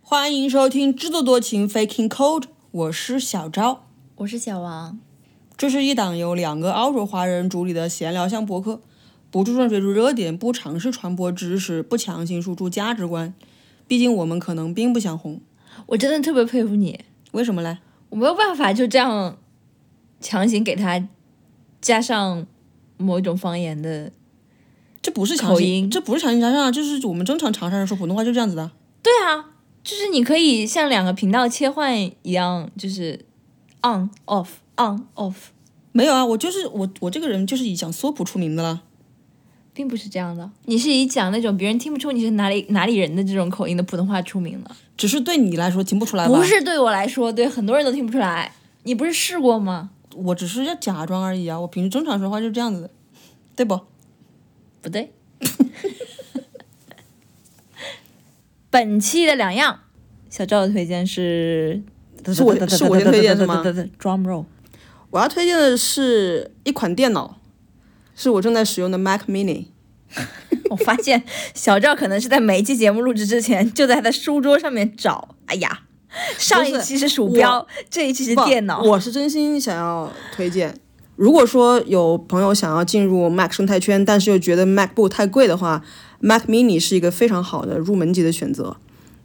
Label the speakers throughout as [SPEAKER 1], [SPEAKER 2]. [SPEAKER 1] 欢迎收听《知多多情 Faking Code》，我是小昭。
[SPEAKER 2] 我是小王，
[SPEAKER 1] 这是一档由两个澳洲华人主理的闲聊向博客，不注重追逐热点，不尝试传播知识，不强行输出价值观。毕竟我们可能并不想红，
[SPEAKER 2] 我真的特别佩服你，
[SPEAKER 1] 为什么嘞？
[SPEAKER 2] 我没有办法就这样强行给他加上某一种方言的。
[SPEAKER 1] 这不是强
[SPEAKER 2] 口
[SPEAKER 1] 行，
[SPEAKER 2] 音
[SPEAKER 1] 这不是强行加上，就是我们正常长沙人说普通话就这样子的。
[SPEAKER 2] 对啊，就是你可以像两个频道切换一样，就是 on off on off，
[SPEAKER 1] 没有啊，我就是我，我这个人就是以讲缩普出名的啦。
[SPEAKER 2] 并不是这样的。你是以讲那种别人听不出你是哪里哪里人的这种口音的普通话出名的，
[SPEAKER 1] 只是对你来说听不出来吧？
[SPEAKER 2] 不，是对我来说，对很多人都听不出来。你不是试过吗？
[SPEAKER 1] 我只是要假装而已啊。我平时正常说话就是这样子的，对不？
[SPEAKER 2] 不对。 本期的两样，小赵的推荐是，
[SPEAKER 1] 是我是我先推荐的吗
[SPEAKER 2] ？Drum roll，
[SPEAKER 1] 我要推荐的是一款电脑，是我正在使用的 Mac Mini。
[SPEAKER 2] 我发现小赵可能是在每一期节目录制之前就在他的书桌上面找。哎呀，上一期是鼠标，这一期是
[SPEAKER 1] 不
[SPEAKER 2] 电脑。
[SPEAKER 1] 我是真心想要推荐。如果说有朋友想要进入 Mac 生态圈，但是又觉得 MacBook 太贵的话，Mac Mini 是一个非常好的入门级的选择，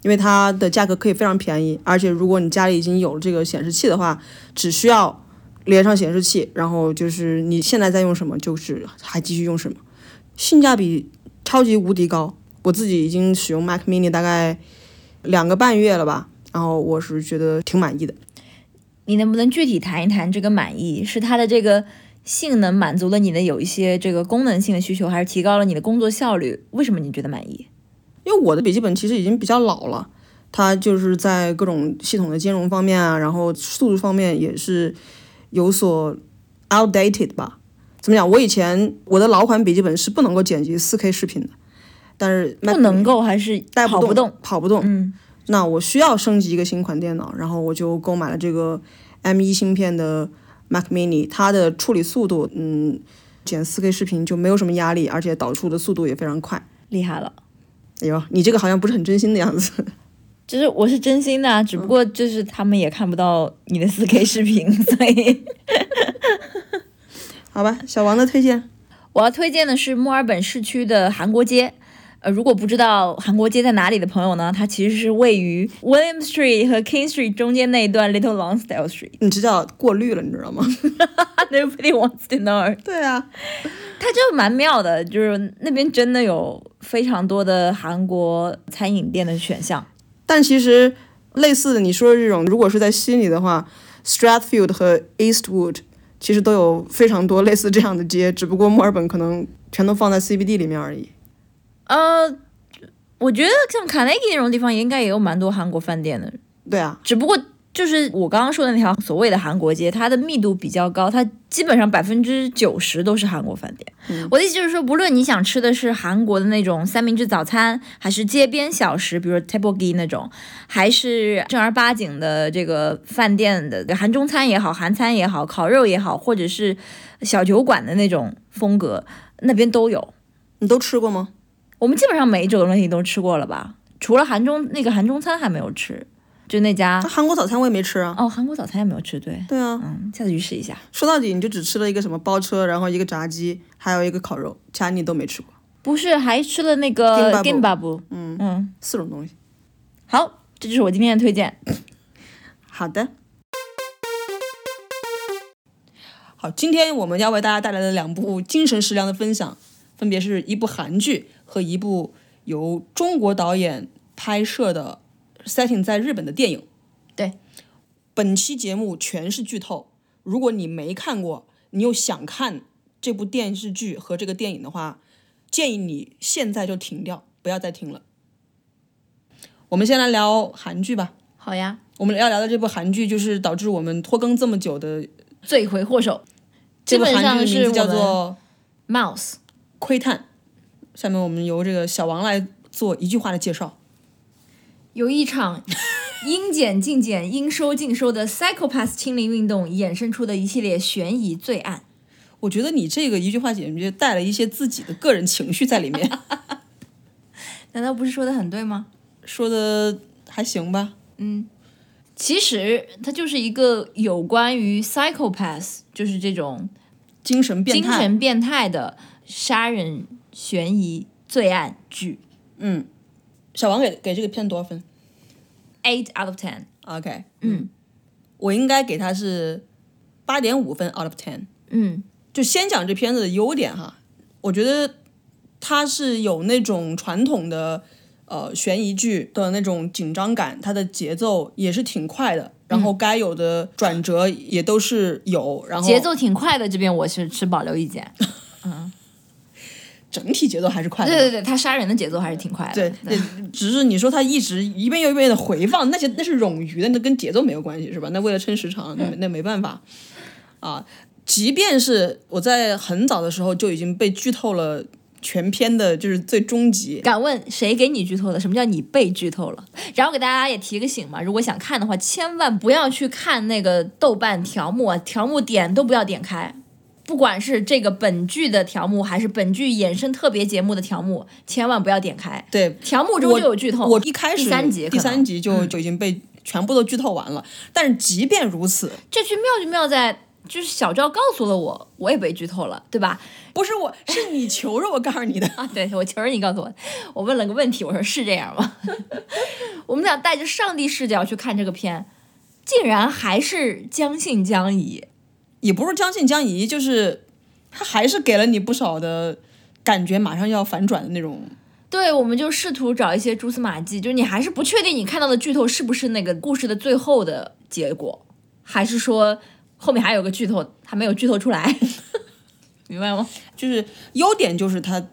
[SPEAKER 1] 因为它的价格可以非常便宜，而且如果你家里已经有这个显示器的话，只需要连上显示器，然后就是你现在在用什么，就是还继续用什么，性价比超级无敌高。我自己已经使用 Mac Mini 大概两个半月了吧，然后我是觉得挺满意的。
[SPEAKER 2] 你能不能具体谈一谈这个满意？是它的这个性能满足了你的有一些这个功能性的需求，还是提高了你的工作效率？为什么你觉得满意？
[SPEAKER 1] 因为我的笔记本其实已经比较老了，它就是在各种系统的兼容方面啊，然后速度方面也是有所 outdated 吧。怎么讲？我以前我的老款笔记本是不能够剪辑 4K 视频的，但是 Mac
[SPEAKER 2] 不能够还是
[SPEAKER 1] 带
[SPEAKER 2] 跑
[SPEAKER 1] 不
[SPEAKER 2] 动？，
[SPEAKER 1] 跑不动。
[SPEAKER 2] 嗯，
[SPEAKER 1] 那我需要升级一个新款电脑，然后我就购买了这个 M1 芯片的 Mac Mini，它的处理速度，嗯，剪 4K 视频就没有什么压力，而且导出的速度也非常快。
[SPEAKER 2] 厉害了。
[SPEAKER 1] 哎呦，你这个好像不是很真心的样子。
[SPEAKER 2] 就是我是真心的、啊，只不过就是他们也看不到你的四 K 视频，所以
[SPEAKER 1] 好吧，小王的推荐。。
[SPEAKER 2] 我要推荐的是墨尔本市区的韩国街。呃，如果不知道韩国街在哪里的朋友呢，它其实是位于 William Street 和 King Street 中间那一段 Little Lonsdale Street
[SPEAKER 1] 你知道过滤了，你知道吗？
[SPEAKER 2] Nobody wants to know。
[SPEAKER 1] 对啊，
[SPEAKER 2] 它就蛮妙的，就是那边真的有非常多的韩国餐饮店的选项。
[SPEAKER 1] 但其实类似的，你说的这种，如果是在悉尼的话，Stratfield 和 Eastwood 其实都有非常多类似这样的街，只不过墨尔本可能全都放在 CBD 里面而已。
[SPEAKER 2] 呃，我觉得像 Carnegie 那种地方，应该也有蛮多韩国饭店的。
[SPEAKER 1] 对啊，
[SPEAKER 2] 只不过就是我刚刚说的那条所谓的韩国街，它的密度比较高，它基本上百分之九十都是韩国饭店。我的意思就是说，不论你想吃的是韩国的那种三明治早餐，还是街边小食，比如 tteokbokki 那种，还是正儿八经的这个饭店的韩中餐也好，韩餐也好，烤肉也好，或者是小酒馆的那种风格，那边都有。
[SPEAKER 1] 你都吃过吗？
[SPEAKER 2] 我们基本上每一种东西都吃过了吧？除了韩中那个韩中餐还没有吃，就那家
[SPEAKER 1] 那韩国早餐我也没吃啊。
[SPEAKER 2] 哦，韩国早餐也没有吃对，
[SPEAKER 1] 对啊，
[SPEAKER 2] 嗯，下次去试一下。
[SPEAKER 1] 说到底你就只吃了一个什么包车，然后一个炸鸡，还有一个烤肉，其他你都没吃过，
[SPEAKER 2] 不是，还吃了那个
[SPEAKER 1] Gimbap
[SPEAKER 2] gimbap，嗯嗯，
[SPEAKER 1] 四种东西。
[SPEAKER 2] 好，这就是我今天的推荐。
[SPEAKER 1] 好的。好，今天我们要为大家带来的两部精神食粮的分享，分别是一部韩剧和一部由中国导演拍摄的 setting 在日本的电影。
[SPEAKER 2] 对，
[SPEAKER 1] 本期节目全是剧透，如果你没看过，你又想看这部电视剧和这个电影的话，建议你现在就停掉，不要再听了。我们先来聊韩剧吧。
[SPEAKER 2] 好呀，
[SPEAKER 1] 我们要聊的这部韩剧，就是导致我们拖更这么久的
[SPEAKER 2] 罪魁祸首，
[SPEAKER 1] 这
[SPEAKER 2] 基
[SPEAKER 1] 部
[SPEAKER 2] 本
[SPEAKER 1] 韩
[SPEAKER 2] 上
[SPEAKER 1] 剧的名
[SPEAKER 2] 是
[SPEAKER 1] 字叫
[SPEAKER 2] 我
[SPEAKER 1] 做
[SPEAKER 2] 们 Mouse。
[SPEAKER 1] 《窥探》。下面我们由这个小王来做一句话的介绍。
[SPEAKER 2] 由一 场应检尽检、应收尽收的 psychopath 清零运动衍生出的一系列悬疑罪案。
[SPEAKER 1] 我觉得你这个一句话简直就带了一些自己的个 人情绪在里面，
[SPEAKER 2] 难道不是说的很对吗？
[SPEAKER 1] 说的还行吧。
[SPEAKER 2] 其实它就是一个有关于 psychopath，就是这种
[SPEAKER 1] 精神变
[SPEAKER 2] 精
[SPEAKER 1] 态，
[SPEAKER 2] 神变态的杀人悬疑罪案剧。
[SPEAKER 1] 嗯，小王给给这个片多少分
[SPEAKER 2] Eight out of ten，
[SPEAKER 1] ？OK，
[SPEAKER 2] 嗯
[SPEAKER 1] 我应该给他是八点五分 out of ten。
[SPEAKER 2] 嗯
[SPEAKER 1] 就先讲这片子的优点哈，我觉得它是有那种传统的呃悬疑剧的那种紧张感，它的节奏也是挺快的，然后该有的转折也都是有，然后
[SPEAKER 2] 节奏挺快的，这边我是持保留意见。
[SPEAKER 1] 整体节奏还是快
[SPEAKER 2] 对
[SPEAKER 1] 的。
[SPEAKER 2] 对对，他杀人的节奏还是挺快的。
[SPEAKER 1] 对，只是你说它一直一遍又一遍的回放，那些那是冗余的，那跟节奏没有关系是吧？那为了撑时长，
[SPEAKER 2] 嗯
[SPEAKER 1] 那没那没办法啊。即便是我在很早的时候就已经被剧透了全片的，就是最终集，
[SPEAKER 2] 敢问谁给你剧透的？什么叫你被剧透了？然后给大家也提个醒嘛，如果想看的话，千万不要去看那个豆瓣条目，啊，条目点都不要点开。不管是这个本剧的条目，还是本剧衍生特别节目的条目，千万不要点开。
[SPEAKER 1] 对，
[SPEAKER 2] 条目中就有剧透。
[SPEAKER 1] 我一开始
[SPEAKER 2] 第三集可能，嗯
[SPEAKER 1] 第三集就就已经被全部都剧透完了。但是即便如此，
[SPEAKER 2] 这剧妙就妙在，就是小赵告诉了我，我也被剧透了，对吧？
[SPEAKER 1] 不是我，是你求着我告诉你的。
[SPEAKER 2] 啊，对我求着你告诉我，我问了个问题，我说是这样吗？ 我们俩带着上帝视角去看这个片，竟然还是将信将疑。
[SPEAKER 1] 也不是将信将疑，就是他还是给了你不少的感觉，马上要反转的那种。
[SPEAKER 2] 对，我们就试图找一些蛛丝马迹，就是你还是不确定你看到的剧透是不是那个故事的最后的结果，还是说后面还有个剧透，还没有剧透出来， 明白吗？
[SPEAKER 1] 就是优点就是它，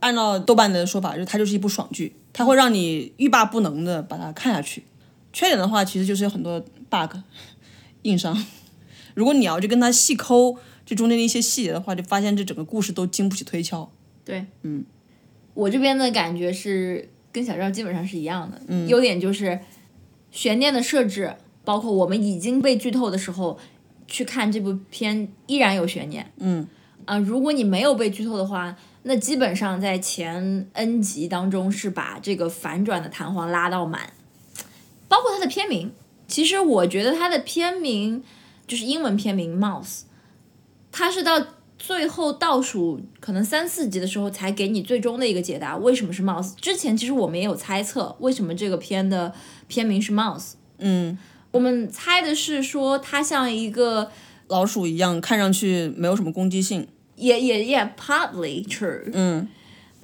[SPEAKER 1] 按照豆瓣的说法，就是它就是一部爽剧，它会让你欲罢不能的把它看下去。缺点的话，其实就是有很多 bug 硬伤。 如果你要去跟它细抠这中间的一些细节的话，就发现这整个故事都经不起推敲。
[SPEAKER 2] 对，嗯，我这边的感觉是跟小赵基本上是一样的，嗯，优点就是悬念的设置，包括我们已经被剧透的时候去看这部片依然有悬念，嗯，啊、如果你没有被剧透的话，那基本上在前 N 集当中是把这个反转的弹簧拉到满，包括它的片名，其实我觉得它的片名就是英文片名 Mouse，它是到最后倒数可能三四集的时候才给你最终的一个解答，为什么是 mouse？之前其实我们也有猜测，为什么这个片的片名是 mouse？
[SPEAKER 1] 嗯，
[SPEAKER 2] 我们猜的是说它像一个
[SPEAKER 1] 老鼠一样，看上去没有什么攻击性。
[SPEAKER 2] 也也也 partly true，
[SPEAKER 1] 嗯，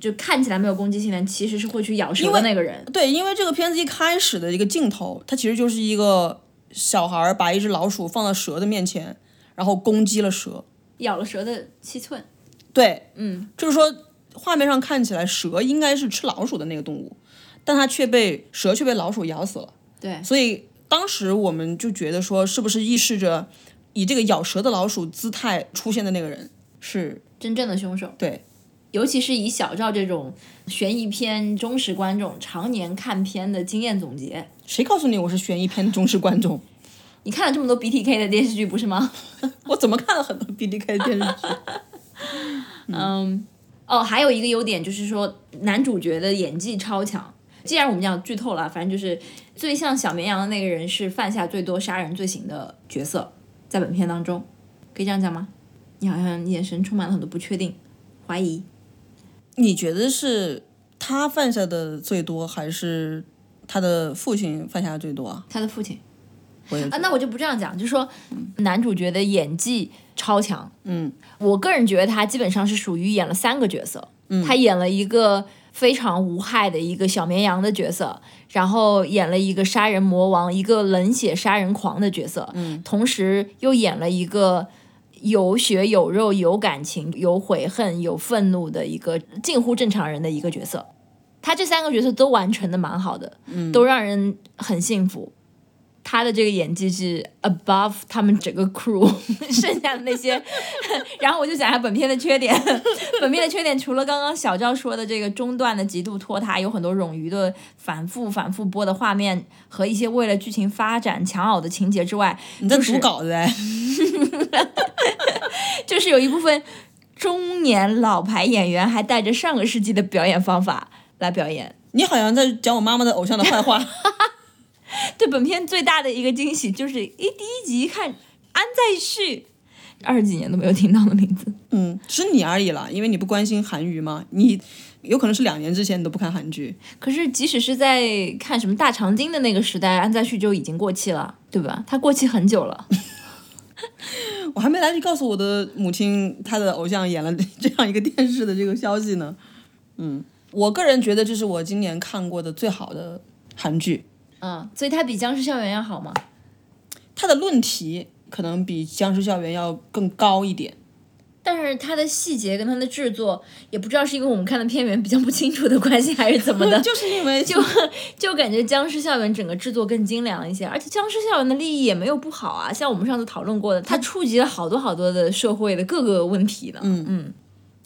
[SPEAKER 2] 就看起来没有攻击性，但其实是会去咬舌的那个人。
[SPEAKER 1] 对，因为这个片子一开始的一个镜头，它其实就是一个小孩儿把一只老鼠放到蛇的面前，然后攻击了蛇。
[SPEAKER 2] 咬了蛇的七寸，
[SPEAKER 1] 对，嗯，就是说画面上看起来蛇应该是吃老鼠的那个动物，但它却被蛇却被老鼠咬死了。
[SPEAKER 2] 对
[SPEAKER 1] 所以当时我们就觉得说，是不是预示着以这个咬蛇的老鼠姿态出现的那个人是
[SPEAKER 2] 真正的凶手。
[SPEAKER 1] 对，
[SPEAKER 2] 尤其是以小赵这种悬疑片忠实观众常年看片的经验总结，
[SPEAKER 1] 谁告诉你我是悬疑片的忠实观 众？
[SPEAKER 2] 你看了这么多 BTK 的电视剧不是吗？
[SPEAKER 1] 我怎么看了很多 B D K 电视剧？
[SPEAKER 2] 嗯，哦，还有一个优点就是说男主角的演技超强。既然我们讲剧透了，反正就是最像小绵羊的那个人是犯下最多杀人罪行的角色，在本片当中，可以这样讲吗？你好像眼神充满了很多不确定、怀疑。
[SPEAKER 1] 你觉得是他犯下的最多，还是他的父亲犯下的最多啊？
[SPEAKER 2] 他的父亲
[SPEAKER 1] 我也觉
[SPEAKER 2] 啊，
[SPEAKER 1] 得
[SPEAKER 2] 那我就不这样讲，就说男主角的演技超强。嗯，我个人觉得他基本上是属于演了三个角色。嗯，他演了一个非常无害的一个小绵羊的角色，然后演了一个杀人魔王、一个冷血杀人狂的角色。嗯，同时又演了一个。有血有肉有感情有悔恨有愤怒的一个近乎正常人的一个角色，他这三个角色都完成的蛮好的，嗯、都让人很幸福。他的这个演技是 above 他们整个 crew 剩下的那些， 然后我就讲一下本片的缺点。 本片的缺点除了刚刚小赵说的这个中段的极度拖沓，有很多冗余的反复反复播的画面和一些为了剧情发展强熬的情节之外，
[SPEAKER 1] 你在
[SPEAKER 2] 就是
[SPEAKER 1] 读稿子哎，
[SPEAKER 2] 就是有一部分中年老牌演员还带着上个世纪的表演方法来表演。
[SPEAKER 1] 你好像在讲我妈妈的偶像的坏话。
[SPEAKER 2] 对本片最大的一个惊喜就是，一第一集一看安在绪，二十几年都没有听到的名字。
[SPEAKER 1] 嗯，是你而已啦，因为你不关心韩娱嘛，你有可能是两年之前你都不看韩剧，
[SPEAKER 2] 可是即使是在看什么大长今的那个时代，安在绪就已经过气了，对吧？他过气很久了。
[SPEAKER 1] 我还没来得及告诉我的母亲她的偶像演了 这样一个电视的这个消息呢。嗯，我个人觉得这是我今年看过的最好的韩剧，
[SPEAKER 2] 嗯，所以它比《僵尸校园》要好吗？
[SPEAKER 1] 它的论题可能比《僵尸校园》要更高一点。，
[SPEAKER 2] 但是它的细节跟它的制作，也不知道是因为我们看的片源比较不清楚的关系，还是怎么的
[SPEAKER 1] 就是因为就
[SPEAKER 2] 就感觉《僵尸校园》整个制作更精良一些。啊而且《僵尸校园》的利益也没有不好啊，像我们上次讨论过的，它触及了好多好多的社会的各个问题呢。嗯嗯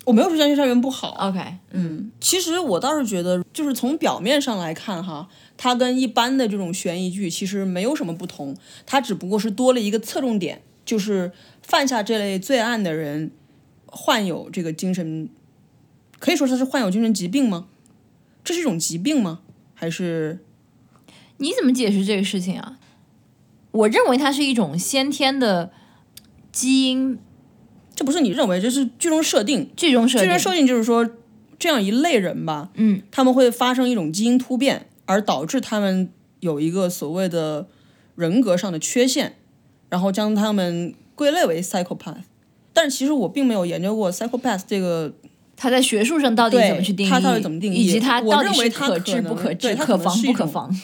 [SPEAKER 1] 我没有说《僵尸校园》不好，啊
[SPEAKER 2] ，OK，嗯，
[SPEAKER 1] 其实我倒是觉得，就是从表面上来看哈，它跟一般的这种悬疑剧其实没有什么不同，它只不过是多了一个侧重点，就是犯下这类罪案的人患有这个精神，可以说他是患有精神疾病吗？这是一种疾病吗？还是
[SPEAKER 2] 你怎么解释这个事情啊？我认为它是一种先天的基因
[SPEAKER 1] 这不是你认为，这是剧中设定？
[SPEAKER 2] 这种设
[SPEAKER 1] 剧中
[SPEAKER 2] 定，
[SPEAKER 1] 设定就是说，这样一类人吧，
[SPEAKER 2] 嗯，
[SPEAKER 1] 他们会发生一种基因突变，而导致他们有一个所谓的人格上的缺陷，然后将他们归类为 psychopath。但是其实我并没有研究过 psychopath 这个，
[SPEAKER 2] 它在学术上到底
[SPEAKER 1] 对
[SPEAKER 2] 怎么去定义，
[SPEAKER 1] 它到底怎么定义
[SPEAKER 2] 以及它
[SPEAKER 1] 我
[SPEAKER 2] 到底
[SPEAKER 1] 认
[SPEAKER 2] 是
[SPEAKER 1] 为它
[SPEAKER 2] 可
[SPEAKER 1] 可
[SPEAKER 2] 治不
[SPEAKER 1] 能
[SPEAKER 2] 可治、
[SPEAKER 1] 对它
[SPEAKER 2] 可
[SPEAKER 1] 可能
[SPEAKER 2] 防
[SPEAKER 1] 是
[SPEAKER 2] 不
[SPEAKER 1] 一
[SPEAKER 2] 可
[SPEAKER 1] 种
[SPEAKER 2] 防。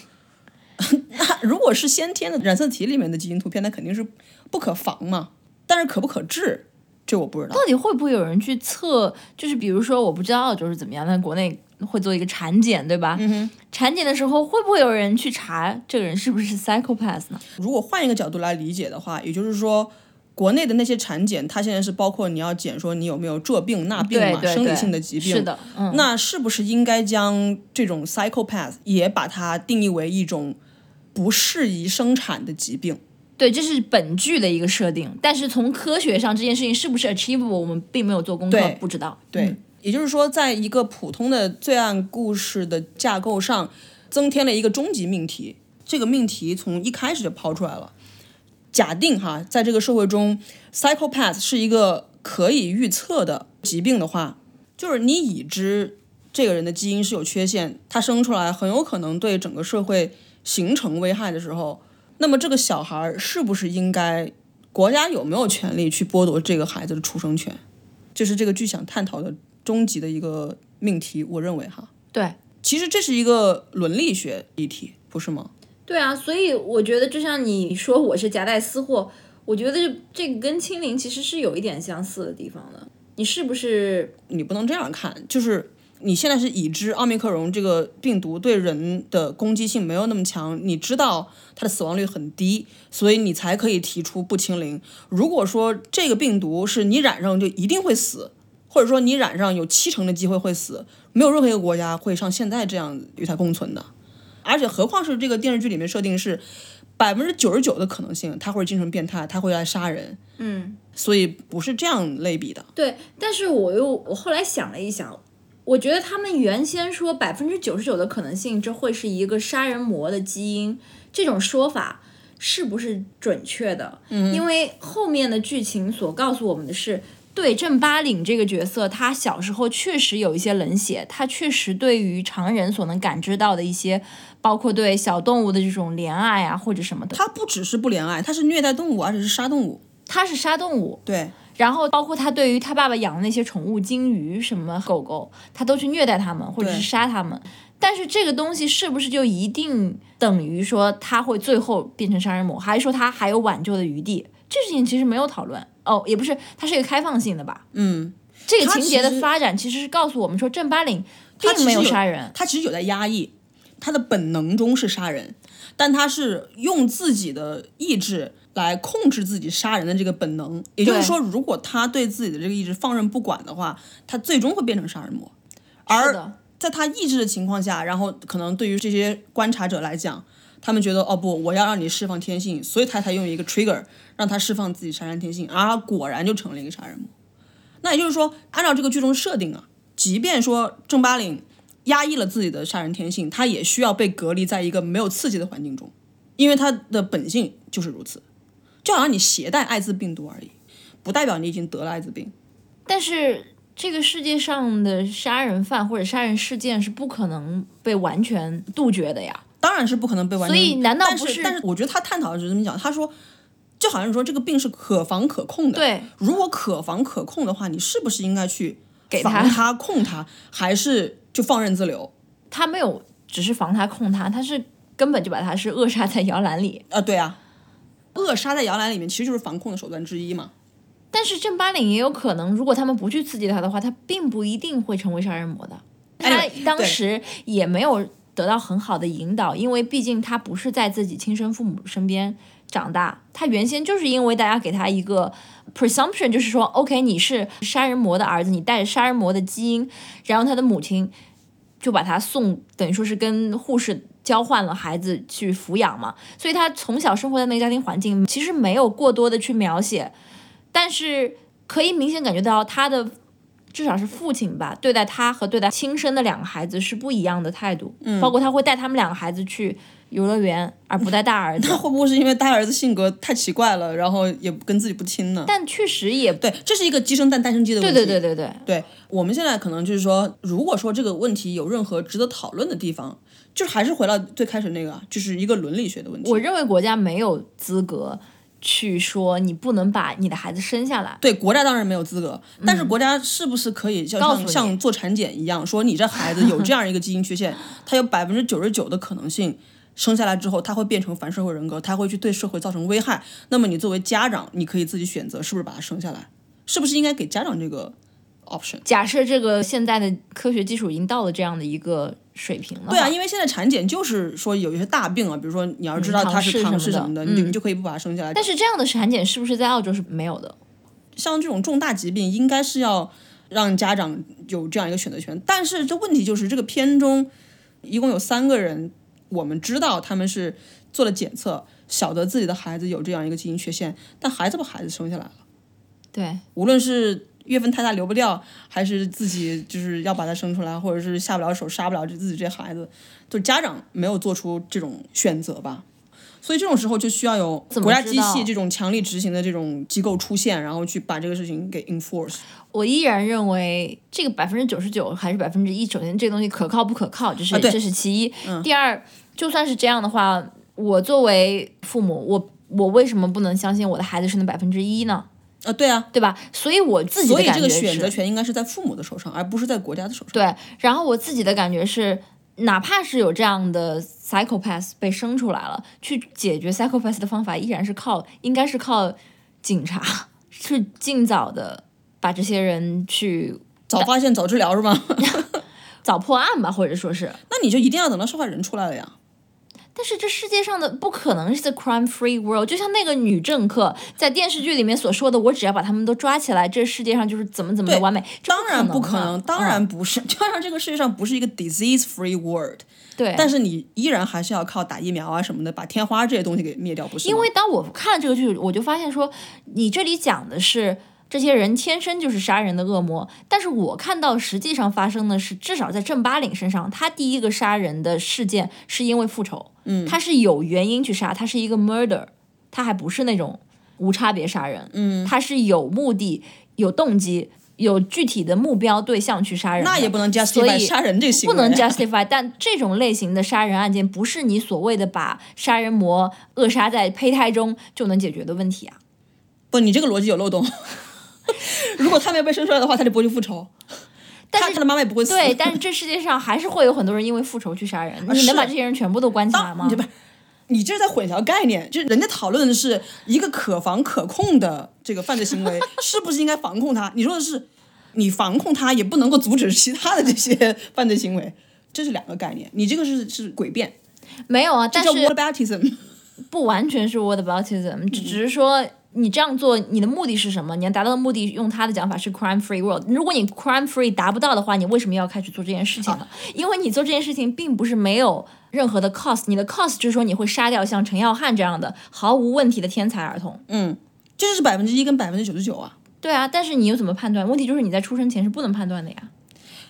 [SPEAKER 1] 如果是先天的染色体里面的基因突变，那肯定是不可防嘛。但是可不可治，这我不知道。
[SPEAKER 2] 到底会不会有人去测？就是比如说，我不知道就是怎么样，但国内会做一个产检，对
[SPEAKER 1] 嗯
[SPEAKER 2] 吧？产检的时候会不会有人去查这个人是不是 psychopath 呢？
[SPEAKER 1] 如果换一个角度来理解的话，也就是说，国内的那些产检，它现在是包括你要检说你有没有这病那病
[SPEAKER 2] 对
[SPEAKER 1] 嘛，
[SPEAKER 2] 对
[SPEAKER 1] 生理
[SPEAKER 2] 对
[SPEAKER 1] 性的疾病。
[SPEAKER 2] 是的，嗯，
[SPEAKER 1] 那是不是应该将这种 psychopath 也把它定义为一种不适宜生产的疾病？
[SPEAKER 2] 对，这是本剧的一个设定。但是从科学上，这件事情是不是 achievable，我们并没有做功课
[SPEAKER 1] 对，
[SPEAKER 2] 不知道。
[SPEAKER 1] 对，也就是说，在一个普通的罪案故事的架构上，增添了一个终极命题。这个命题从一开始就抛出来了。假定哈，在这个社会中，psychopath 是一个可以预测的疾病的话，就是你已知这个人的基因是有缺陷，他生出来很有可能对整个社会形成危害的时候，那么这个小孩儿是不是应该，国家有没有权利去剥夺这个孩子的出生权？这是这个剧想探讨的终极的一个命题，我认为哈。
[SPEAKER 2] 对，
[SPEAKER 1] 其实这是一个伦理学议题，不是吗？
[SPEAKER 2] 对啊，所以我觉得就像你说我是夹带私货，我觉得这个跟清零其实是有一点相似的地方的。你是不是
[SPEAKER 1] 你不能这样看，就是你现在是已知奥密克戎这个病毒对人的攻击性没有那么强，你知道它的死亡率很低，所以你才可以提出不清零。如果说这个病毒是你染上就一定会死，或者说你染上有七成的机会会死，没有任何一个国家会像现在这样与它共存的。而且何况是这个电视剧里面设定是百分之九十九的可能性，他会精神变态，他会来杀人，
[SPEAKER 2] 嗯，
[SPEAKER 1] 所以不是这样类比的。
[SPEAKER 2] 对？但是我又我后来想了一想，我觉得他们原先说百分之九十九的可能性这会是一个杀人魔的基因这种说法。是不是准确的？嗯，因为后面的剧情所告诉我们的是，对郑八岭这个角色，他小时候确实有一些冷血，他确实对于常人所能感知到的一些，包括对小动物的这种怜爱啊或者什么的，
[SPEAKER 1] 他不只是不怜爱，他是虐待动物，而且是杀动物。
[SPEAKER 2] 他是杀动物，
[SPEAKER 1] 对，
[SPEAKER 2] 然后包括他对于他爸爸养的那些宠物金鱼、什么狗狗，他都去虐待他们或者
[SPEAKER 1] 对
[SPEAKER 2] 是杀他们。但是这个东西是不是就一定等于说他会最后变成杀人魔，还是说他还有挽救的余地？这事情其实没有讨论哦，也不是，它是一个开放性的吧？
[SPEAKER 1] 嗯，
[SPEAKER 2] 这个
[SPEAKER 1] 它
[SPEAKER 2] 情节
[SPEAKER 1] 其
[SPEAKER 2] 的
[SPEAKER 1] 实
[SPEAKER 2] 发展其实是告诉我们说，郑八岭
[SPEAKER 1] 他
[SPEAKER 2] 并没有杀人，
[SPEAKER 1] 他其实有在压抑，他的本能中是杀人，但他是用自己的意志来控制自己杀人的这个本能。也就是说，如果他对自己的这个意志放任不管的话，他最终会变成杀人魔。
[SPEAKER 2] 是
[SPEAKER 1] 而
[SPEAKER 2] 的，
[SPEAKER 1] 在他意志的情况下，然后可能对于这些观察者来讲，他们觉得哦不，我要让你释放天性，所以他才用一个 trigger 让他释放自己杀人天性，而他果然就成了一个杀人魔。那也就是说，按照这个剧中设定啊，即便说郑八岭压抑了自己的杀人天性，他也需要被隔离在一个没有刺激的环境中。因为它的本性就是如此，就好像你携带艾滋病毒而已，不代表你已经得了艾滋病。
[SPEAKER 2] 但是这个世界上的杀人犯或者杀人事件是不可能被完全杜绝的呀。
[SPEAKER 1] 当然是不可能被完全。
[SPEAKER 2] 所以难道
[SPEAKER 1] 但
[SPEAKER 2] 不
[SPEAKER 1] 是？
[SPEAKER 2] 是
[SPEAKER 1] 但是我觉得他探讨的是这么讲，他说，就好像说这个病是可防可控的。，
[SPEAKER 2] 对，
[SPEAKER 1] 如果可防可控的话，你是不是应该去
[SPEAKER 2] 给
[SPEAKER 1] 防
[SPEAKER 2] 他
[SPEAKER 1] 它、控它，还是就放任自流？
[SPEAKER 2] 他没有只是防他控他，他是根本就把他是扼杀在摇篮里。
[SPEAKER 1] 啊、对啊，扼杀在摇篮里面其实就是防控的手段之一嘛。
[SPEAKER 2] 但是正八领也有可能，如果他们不去刺激他的话，他并不一定会成为杀人魔的。他
[SPEAKER 1] Anyway，
[SPEAKER 2] 当
[SPEAKER 1] 对
[SPEAKER 2] 时也没有得到很好的引导，因为毕竟他不是在自己亲生父母身边长大，他原先就是因为大家给他一个 presumption，就是说，OK，你是杀人魔的儿子，你带着杀人魔的基因，然后他的母亲就把他送，等于说是跟护士交换了孩子去抚养嘛，所以他从小生活在那个家庭环境，其实没有过多的去描写，但是可以明显感觉到他的至少是父亲吧，对待他和对待亲生的两个孩子是不一样的态度，嗯、包括他会带他们两个孩子去游乐园，而不带大儿 子
[SPEAKER 1] 那。会不会是因为大儿子性格太奇怪了，然后也跟自己不亲呢？
[SPEAKER 2] 但确实也
[SPEAKER 1] 对，这是一个鸡生蛋，蛋生鸡的问
[SPEAKER 2] 对
[SPEAKER 1] 题。
[SPEAKER 2] 对对对对，
[SPEAKER 1] 对我们现在可能就是说，如果说这个问题有任何值得讨论的地方，就还是回到最开始那个啊，就是一个伦理学的问题。
[SPEAKER 2] 我认为国家没有资格去说你不能把你的孩子生下来。
[SPEAKER 1] 对国家当然没有资格，但是国家是不是可以就
[SPEAKER 2] 嗯告
[SPEAKER 1] 像
[SPEAKER 2] 诉你
[SPEAKER 1] 像做产检一样，说你这孩子有这样一个基因缺陷， 他有百分之九十九的可能性生下来之后他会变成反社会人格，他会去对社会造成危害。那么你作为家长，你可以自己选择是不是把他生下来，是不是应该给家长这个 option？
[SPEAKER 2] 假设这个现在的科学技术已经到了这样的一个水平了，
[SPEAKER 1] 对啊，，因为现在产检就是说有一些大病啊，比如说你要知道
[SPEAKER 2] 唐
[SPEAKER 1] 他是
[SPEAKER 2] 氏
[SPEAKER 1] 唐
[SPEAKER 2] 什
[SPEAKER 1] 氏
[SPEAKER 2] 么
[SPEAKER 1] 什
[SPEAKER 2] 的
[SPEAKER 1] 么的，
[SPEAKER 2] 嗯
[SPEAKER 1] 你你就可以不把他生下来。
[SPEAKER 2] 但是这样的产检是不是在澳洲是没有的？
[SPEAKER 1] 像这种重大疾病，应该是要让家长有这样一个选择权。但是这问题就是，这个片中一共有三个人，我们知道他们是做了检测，晓得自己的孩子有这样一个基因缺陷，但孩子把孩子生下来了，
[SPEAKER 2] 对，
[SPEAKER 1] 无论是。月份太大流不掉，还是自己就是要把他生出来，或者是下不了手杀不了这自己这孩子，就是家长没有做出这种选择吧，所以这种时候就需要有
[SPEAKER 2] 怎么
[SPEAKER 1] 国家
[SPEAKER 2] 知
[SPEAKER 1] 机器
[SPEAKER 2] 道
[SPEAKER 1] 这种强力执行的这种机构出现，然后去把这个事情给 enforce。
[SPEAKER 2] 我依然认为这个百分之九十九还是百分之一，首先这个东西可靠不可靠，这
[SPEAKER 1] 啊
[SPEAKER 2] 是、这是其一。
[SPEAKER 1] 嗯
[SPEAKER 2] 第二，就算是这样的话，我作为父母，我我为什么不能相信我的孩子是那百分之一呢？
[SPEAKER 1] 啊，对啊，
[SPEAKER 2] 对吧？所以我自己
[SPEAKER 1] 所
[SPEAKER 2] 的
[SPEAKER 1] 以这
[SPEAKER 2] 感
[SPEAKER 1] 个
[SPEAKER 2] 觉
[SPEAKER 1] 选择
[SPEAKER 2] 是，
[SPEAKER 1] 权应该是在父母的手上，而不是在国家的手上。
[SPEAKER 2] 对，然后我自己的感觉是，哪怕是有这样的 psychopath 被生出来了，去解决 psychopath 的方法依然是靠，应该是靠警察，去尽早的把这些人去
[SPEAKER 1] 早发现早治疗是吗？
[SPEAKER 2] 早破案吧，或者说是。
[SPEAKER 1] 那你就一定要等到受害人出来了呀。
[SPEAKER 2] 但是这世界上的不可能是 crime free world，就像那个女政客在电视剧里面所说的，我只要把他们都抓起来，这世界上就是怎么怎么的完美。这
[SPEAKER 1] 当然不
[SPEAKER 2] 不
[SPEAKER 1] 可
[SPEAKER 2] 可
[SPEAKER 1] 能，
[SPEAKER 2] 能，嗯
[SPEAKER 1] 当、然不是， 就像这个世界上不是一个 disease free world，
[SPEAKER 2] 对。
[SPEAKER 1] 但是你依然还是要靠打疫苗啊什么的，把天花这些东西给灭掉，不是吗？
[SPEAKER 2] 因为当我看了这个剧，我就发现说，你这里讲的是这些人天生就是杀人的恶魔，但是我看到实际上发生的是，至少在郑八岭身上，他第一个杀人的事件是因为复仇，嗯，他是有原因去杀，他是一个 murder，他还不是那种无差别杀人，嗯，他是有目的、有动机、有具体的目标对象去杀人的，
[SPEAKER 1] 那也不能
[SPEAKER 2] 所
[SPEAKER 1] justify
[SPEAKER 2] 以
[SPEAKER 1] 杀人这行
[SPEAKER 2] 不
[SPEAKER 1] 为，
[SPEAKER 2] 能 justify，但这种类型的杀人案件不是你所谓的把杀人魔扼杀在胚胎中就能解决的问题啊。
[SPEAKER 1] 不，你这个逻辑有漏洞。 如果他没有被生出来的话，他就不会去复仇，
[SPEAKER 2] 但
[SPEAKER 1] 他
[SPEAKER 2] 是
[SPEAKER 1] 他的妈妈也不会死。
[SPEAKER 2] 对，但是这世界上还是会有很多人因为复仇去 杀人，你
[SPEAKER 1] 啊是
[SPEAKER 2] 能把这些人全部都关起来吗
[SPEAKER 1] 你？这不是，你这是在混淆概念。就是人家讨论的是一个可防可控的这个犯罪行 为，是不是应该防控它？你说的是，你防控它也不能够阻止其他的这些犯罪行为，这是两个概念。你这个是是诡辩，
[SPEAKER 2] 没有啊，但
[SPEAKER 1] 叫
[SPEAKER 2] 是
[SPEAKER 1] whataboutism。
[SPEAKER 2] 不完全是 what aboutism，只
[SPEAKER 1] 嗯
[SPEAKER 2] 只是说。你这样做，你的目的是什么？你要达到的目的，用他的讲法是 crime free world。如果你 crime free 达不到的话，你为什么要开始做这件事情
[SPEAKER 1] 啊
[SPEAKER 2] 呢？因为你做这件事情并不是没有任何的 cost，你的 cost 就是说你会杀掉像陈耀汉这样的毫无问题的天才儿童。
[SPEAKER 1] 嗯，这就是百分之一跟百分之九十九啊。
[SPEAKER 2] 对啊，但是你又怎么判断？问题就是你在出生前是不能判断的呀。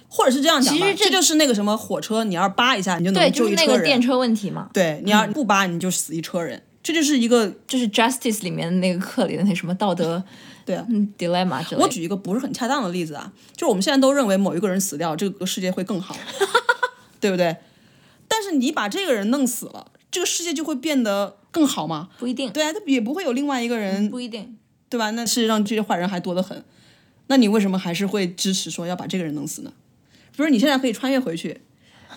[SPEAKER 1] 或者是这样讲吧，
[SPEAKER 2] 其实这
[SPEAKER 1] 这就是那个什么火车，你要扒一下，你嗯就
[SPEAKER 2] 对，
[SPEAKER 1] 能
[SPEAKER 2] 就
[SPEAKER 1] 救
[SPEAKER 2] 是
[SPEAKER 1] 一
[SPEAKER 2] 那
[SPEAKER 1] 车
[SPEAKER 2] 个
[SPEAKER 1] 人
[SPEAKER 2] 电。嗯车问题嘛，
[SPEAKER 1] 对，你要不扒，你就死一车人。这就是一个，
[SPEAKER 2] 就是 Justice 里面那个课里的那什么道德
[SPEAKER 1] 对啊
[SPEAKER 2] 嗯 dilemma 之类
[SPEAKER 1] 我
[SPEAKER 2] 的。
[SPEAKER 1] 举一个不是很恰当的例子啊，就是我们现在都认为某一个人死掉，这个世界会更好， 对不对？但是你把这个人弄死了，这个世界就会变得更好吗？
[SPEAKER 2] 不一定，
[SPEAKER 1] 对啊，他也不会有另外一个人
[SPEAKER 2] 嗯不一定，
[SPEAKER 1] 对吧？那事实上这些坏人还多得很，那你为什么还是会支持说要把这个人弄死呢？比如你现在可以穿越回去，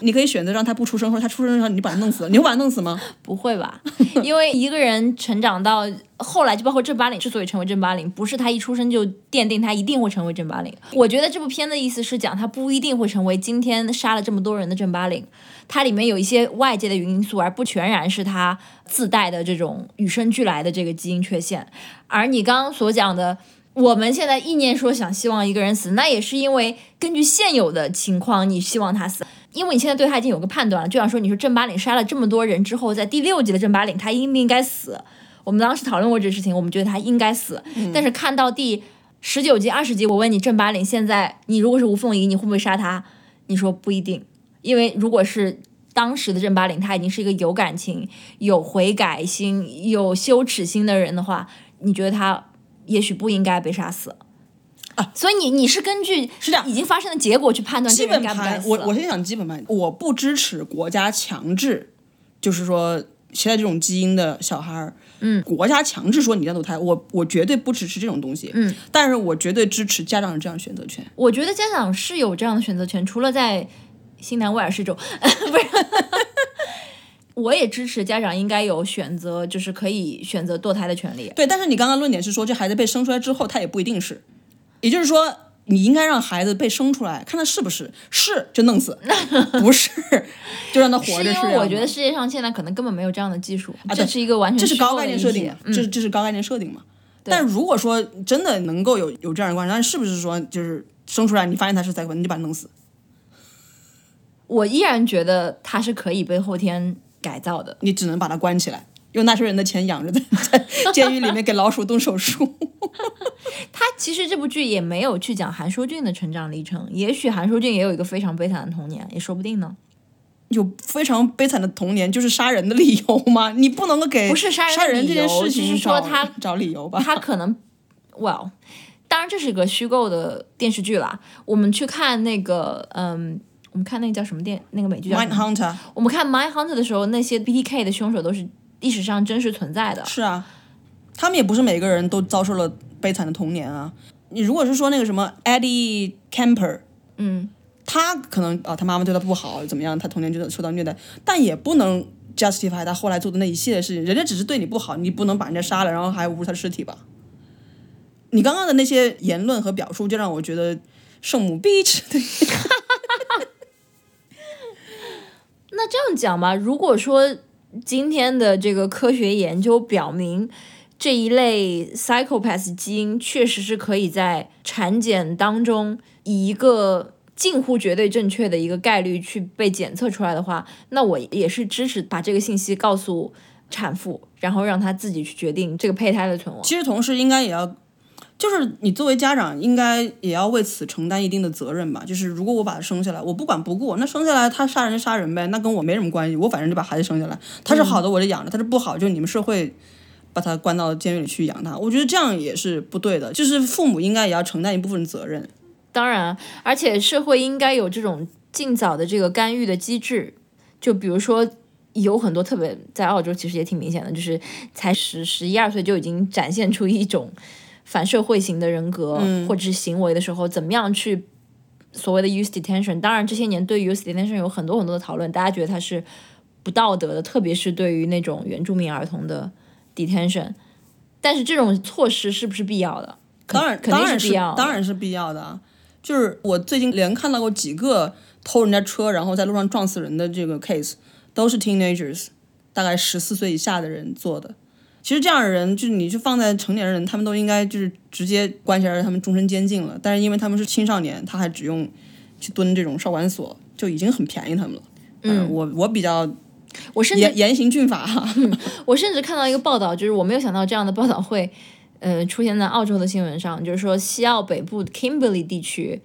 [SPEAKER 1] 你可以选择让他不出声，或者他出声的时候你就把他弄死了，你会把他弄死吗？
[SPEAKER 2] 不会吧？因为一个人成长到后来，就包括正八零之所以成为正八零，不是他一出生就奠定他一定会成为正八零。我觉得这部片的意思是讲他不一定会成为今天杀了这么多人的正八零，它里面有一些外界的因素，而不全然是他自带的这种与生俱来的这个基因缺陷。而你刚刚所讲的，我们现在意念说想希望一个人死，那也是因为根据现有的情况，你希望他死，因为你现在对他已经有个判断了。就像说，你说郑八岭杀了这么多人之后，在第六集的郑八岭，他应不应该死？我们当时讨论过这个事情，我们觉得他应该死，
[SPEAKER 1] 嗯
[SPEAKER 2] 但是看到第十九集、二十集，我问你郑八岭现在你如果是吴凤仪，你会不会杀他？你说不一定，因为如果是当时的郑八岭，他已经是一个有感情、有悔改心、有羞耻心的人的话，你觉得他也许不应该被杀死
[SPEAKER 1] 啊？
[SPEAKER 2] 所以你你是根据
[SPEAKER 1] 是这样
[SPEAKER 2] 已经发生的结果去判断
[SPEAKER 1] 基
[SPEAKER 2] 这个人
[SPEAKER 1] 本
[SPEAKER 2] 该不该
[SPEAKER 1] 盘，
[SPEAKER 2] 死啊
[SPEAKER 1] 我
[SPEAKER 2] 了
[SPEAKER 1] 我先讲基本盘，我不支持国家强制，就是说携带这种基因的小孩儿，嗯，国家强制说你要堕胎，我我绝对不支持这种东西，嗯，但是我绝对支持家长有这样的选择权。
[SPEAKER 2] 我觉得家长是有这样的选择权，除了在新南威尔士州， 不是。我也支持家长应该有选择，就是可以选择堕胎的权利。
[SPEAKER 1] 对，但是你刚刚论点是说，这孩子被生出来之后，他也不一定是，也就是说，你应该让孩子被生出来，看他是不是，是就弄 死，不是就让他活
[SPEAKER 2] 是
[SPEAKER 1] 着。
[SPEAKER 2] 因为
[SPEAKER 1] 这
[SPEAKER 2] 我
[SPEAKER 1] 样
[SPEAKER 2] 觉
[SPEAKER 1] 吗啊
[SPEAKER 2] 得世界上现在可能根本没有这样的技术，
[SPEAKER 1] 对
[SPEAKER 2] 这是一个完全
[SPEAKER 1] 这是
[SPEAKER 2] 虚构
[SPEAKER 1] 高概
[SPEAKER 2] 的
[SPEAKER 1] 念
[SPEAKER 2] 理
[SPEAKER 1] 设
[SPEAKER 2] 解嗯
[SPEAKER 1] 定嘛，这是这是高概念设定嘛。但如果说真的能够有有这样的关系，但是不是说就是生出来你发现他是 p 鬼，你就把他弄死？
[SPEAKER 2] 我依然觉得它是可以被后天改造的。
[SPEAKER 1] 你只能把他关起来，用纳税人的钱养着在 在监狱里面给老鼠动手术。
[SPEAKER 2] 它其实这部剧也没有去讲韩书俊的成长历程，也许韩书俊也有一个非常悲惨的童年，也说不定呢。
[SPEAKER 1] 有非常悲惨的童年，就是杀人的理由吗？你不能够给
[SPEAKER 2] 不是杀
[SPEAKER 1] 杀
[SPEAKER 2] 人
[SPEAKER 1] 人这
[SPEAKER 2] 的
[SPEAKER 1] 件
[SPEAKER 2] 理由
[SPEAKER 1] 事
[SPEAKER 2] 只
[SPEAKER 1] 情
[SPEAKER 2] 是
[SPEAKER 1] 找
[SPEAKER 2] 说他
[SPEAKER 1] 找理由 吧。
[SPEAKER 2] 他可能，well，当然这是一个虚构的电视剧啦。我们去看那个，嗯，我们看那个叫什么电，那个美剧叫什
[SPEAKER 1] Mind
[SPEAKER 2] 么
[SPEAKER 1] Hunter
[SPEAKER 2] 我们看《Mind Hunter》的时候，那些 BTK 的凶手都是历史上真实存在的。
[SPEAKER 1] 是啊，他们也不是每个人都遭受了悲惨的童年啊。你如果是说那个什么 Eddie Camper，
[SPEAKER 2] 嗯，
[SPEAKER 1] 他可能啊、他妈妈对他不好，怎么样，他童年就受到虐待，但也不能 justify 他后来做的那一系列事情。人家只是对你不好，你不能把人家杀了，然后还侮辱他的尸体吧？你刚刚的那些言论和表述，就让我觉得圣母 bitch 的
[SPEAKER 2] 那这样讲吧，如果说今天的这个科学研究表明，这一类 psychopath 基因确实是可以在产检当中以一个近乎绝对正确的一个概率去被检测出来的话，那我也是支持把这个信息告诉产妇，然后让她自己去决定这个胚胎的存亡。
[SPEAKER 1] 其实同事应该也要，就是你作为家长，应该也要为此承担一定的责任吧。就是如果我把他生下来，我不管不顾，那生下来他杀人就杀人呗，那跟我没什么关系。我反正就把孩子生下来，他是好的我就养着，他是不好就你们社会把他关到监狱里去养他。我觉得这样也是不对的，就是父母应该也要承担一部分责任。
[SPEAKER 2] 当然，而且社会应该有这种尽早的这个干预的机制，就比如说。有很多特别在澳洲其实也挺明显的，就是才十十一二岁就已经展现出一种反社会型的人格、或者是行为的时候，怎么样去所谓的 youth detention？当然这些年对 youth detention 有很多很多的讨论，大家觉得它是不道德的，特别是对于那种原住民儿童的 detention。但是这种措施是不是必要的？
[SPEAKER 1] 当然，
[SPEAKER 2] 肯定
[SPEAKER 1] 当然
[SPEAKER 2] 是
[SPEAKER 1] 是
[SPEAKER 2] 必要的
[SPEAKER 1] 当然是必要的啊。就是我最近连看到过几个偷人家车，然后在路上撞死人的这个 case，都是 teenagers，大概十四岁以下的人做的。其实这样的人，就是你就放在成年人，他们都应该就是直接关起来，让他们终身监禁了。但是因为他们是青少年，他还只用去蹲这种少管所，就已经很便宜他们了。嗯，我我比较
[SPEAKER 2] 我甚至
[SPEAKER 1] 严严刑峻法啊哈。
[SPEAKER 2] 我甚至看到一个报道，就是我没有想到这样的报道会，呃，出现在澳洲的新闻上，就是说西澳北部 Kimberley 地区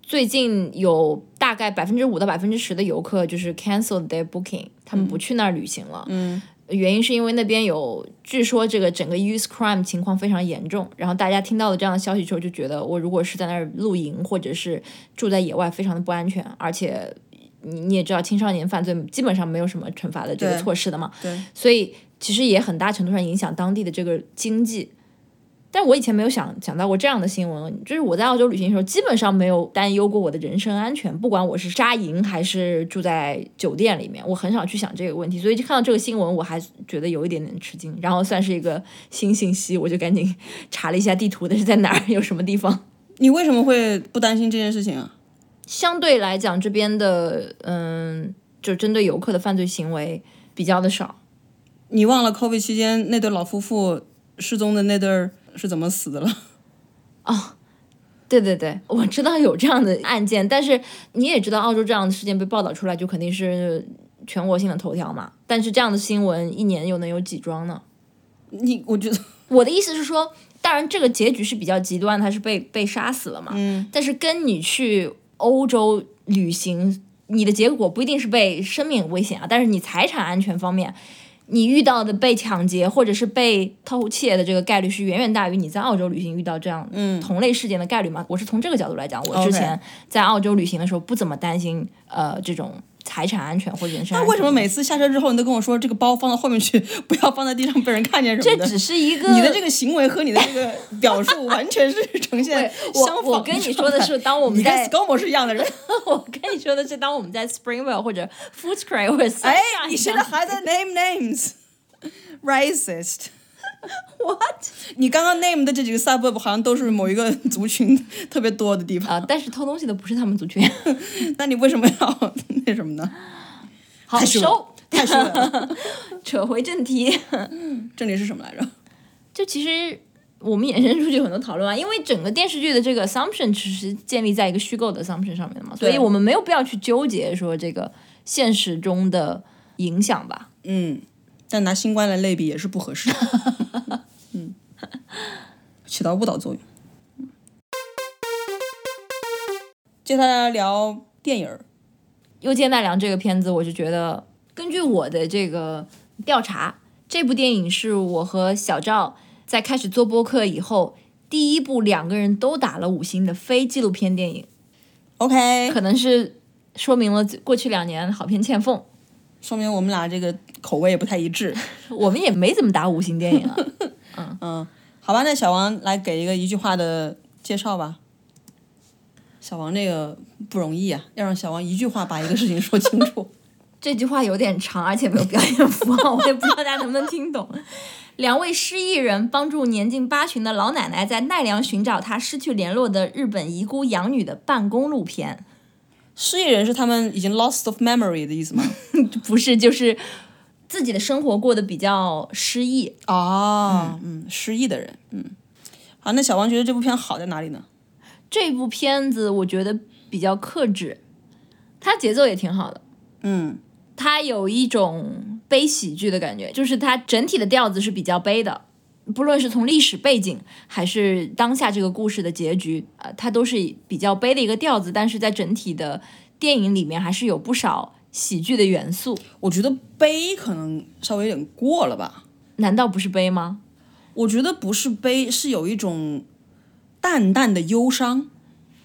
[SPEAKER 2] 最近有大概百分之五到百分之十的游客就是 cancel their booking，他们不去那儿旅行了。
[SPEAKER 1] 嗯，
[SPEAKER 2] 原因是因为那边有，据说这个整个 youth crime 情况非常严重，然后大家听到了这样的消息之后，就觉得我如果是在那儿露营或者是住在野外，非常的不安全，而且你你也知道，青少年犯罪基本上没有什么惩罚的这个
[SPEAKER 1] 对
[SPEAKER 2] 措施的嘛，
[SPEAKER 1] 对，
[SPEAKER 2] 所以其实也很大程度上影响当地的这个经济。但我以前没有想想到过这样的新闻，就是我在澳洲旅行的时候，基本上没有担忧过我的人身安全，不管我是扎营还是住在酒店里面，我很少去想这个问题。所以就看到这个新闻，我还觉得有一点点吃惊。然后算是一个新信息，我就赶紧 查了一下地图，但是在哪儿 有什么地方。
[SPEAKER 1] 你为什么会不担心这件事情啊？
[SPEAKER 2] 相对来讲，这边的嗯，就针对游客的犯罪行为比较的少。
[SPEAKER 1] 你忘了 COVID 期间那对老夫妇失踪的那对儿是怎么死的了？
[SPEAKER 2] 对对对，我知道有这样的案件，但是你也知道，澳洲这样的事件被报道出来，就肯定是全国性的头条嘛。但是这样的新闻一年又能有几桩呢？
[SPEAKER 1] 你我觉得
[SPEAKER 2] 我的意思是说，当然这个结局是比较极端，他是被被杀死了嘛。
[SPEAKER 1] 嗯。
[SPEAKER 2] 但是跟你去欧洲旅行，你的结果不一定是被生命危险啊，但是你财产安全方面，你遇到的被抢劫或者是被偷窃的这个概率是远远大于你在澳洲旅行遇到这样同类事件的概率嘛。我是从这个角度来讲，我之
[SPEAKER 1] 嗯 OK
[SPEAKER 2] 前在澳洲旅行的时候不怎么担心呃这种财产安全或者人身安全。
[SPEAKER 1] 那为什么每次下车之后你都跟我说这个包放到后面去，不要放在地上被人看见什么
[SPEAKER 2] 这
[SPEAKER 1] 的？
[SPEAKER 2] 只是一个
[SPEAKER 1] 你的这个行为和你的这个表述完全是 呈现
[SPEAKER 2] 我
[SPEAKER 1] 相反
[SPEAKER 2] 我跟你说的是，当我
[SPEAKER 1] 你
[SPEAKER 2] 们
[SPEAKER 1] 跟
[SPEAKER 2] 在
[SPEAKER 1] Scomo 是一样的人。
[SPEAKER 2] 我跟你说的是，当我们在 Springwell 或者 Footscray 或者 Sunshine
[SPEAKER 1] 哎，
[SPEAKER 2] 上
[SPEAKER 1] 你现在还在 name names，racist。
[SPEAKER 2] what
[SPEAKER 1] 你刚刚 name 的这几个 suburb 好像都是某一个族群特别多的地方，
[SPEAKER 2] 啊、但是偷东西的不是他们族群。
[SPEAKER 1] 那你为什么要 那什么呢？
[SPEAKER 2] 好，
[SPEAKER 1] 太熟
[SPEAKER 2] 收
[SPEAKER 1] 了，太说了。
[SPEAKER 2] 扯回正题。
[SPEAKER 1] 这里是什么来着？
[SPEAKER 2] 就其实我们衍生出去很多讨论啊，因为整个电视剧的这个 assumption 其实建立在一个虚构的 assumption 上面的嘛，所以我们没有必要去纠结说这个现实中的影响吧。
[SPEAKER 1] 嗯，但拿新冠来类比也是不合适的。嗯，起到误导作用。接下来聊电影儿。
[SPEAKER 2] 《又见奈良》这个片子，我就觉得，根据我的这个调查，这部电影是我和小赵在开始做播客以后第一部两个人都打了五星的非纪录片电影，
[SPEAKER 1] OK，
[SPEAKER 2] 可能是说明了过去两年好片欠奉，
[SPEAKER 1] 说明我们俩这个口味不太一 致。
[SPEAKER 2] 我们也没怎么打五星电影啊。
[SPEAKER 1] 嗯，好吧，那小王来给一个一句话的介绍吧。小王这个不容易啊，要让小王一句话把一个事情说清楚。
[SPEAKER 2] 这句话有点长，而且没有表演符号，我也不知道大家能不能听懂。两位失忆人帮助年近八旬的老奶奶在奈良寻找她失去联络的日本遗孤养女的办公录片。
[SPEAKER 1] 失忆人是他们已经 lost of memory 的意思吗？
[SPEAKER 2] 不是，就是自己的生活过得比较失意。
[SPEAKER 1] 哦，嗯，失忆的人，嗯。好，那小王觉得这部片好在哪里呢？
[SPEAKER 2] 这部片子我觉得比较克制，它节奏也挺好的，
[SPEAKER 1] 嗯，
[SPEAKER 2] 它有一种悲喜剧的感觉，就是它整体的调子是比较悲的。不论是从历史背景还是当下这个故事的结局，呃，它都是比较悲的一个调子，但是在整体的电影里面还是有不少喜剧的元素。
[SPEAKER 1] 我觉得悲可能稍微有点过了吧。
[SPEAKER 2] 难道不是悲吗？
[SPEAKER 1] 我觉得不是悲，是有一种淡淡的忧伤、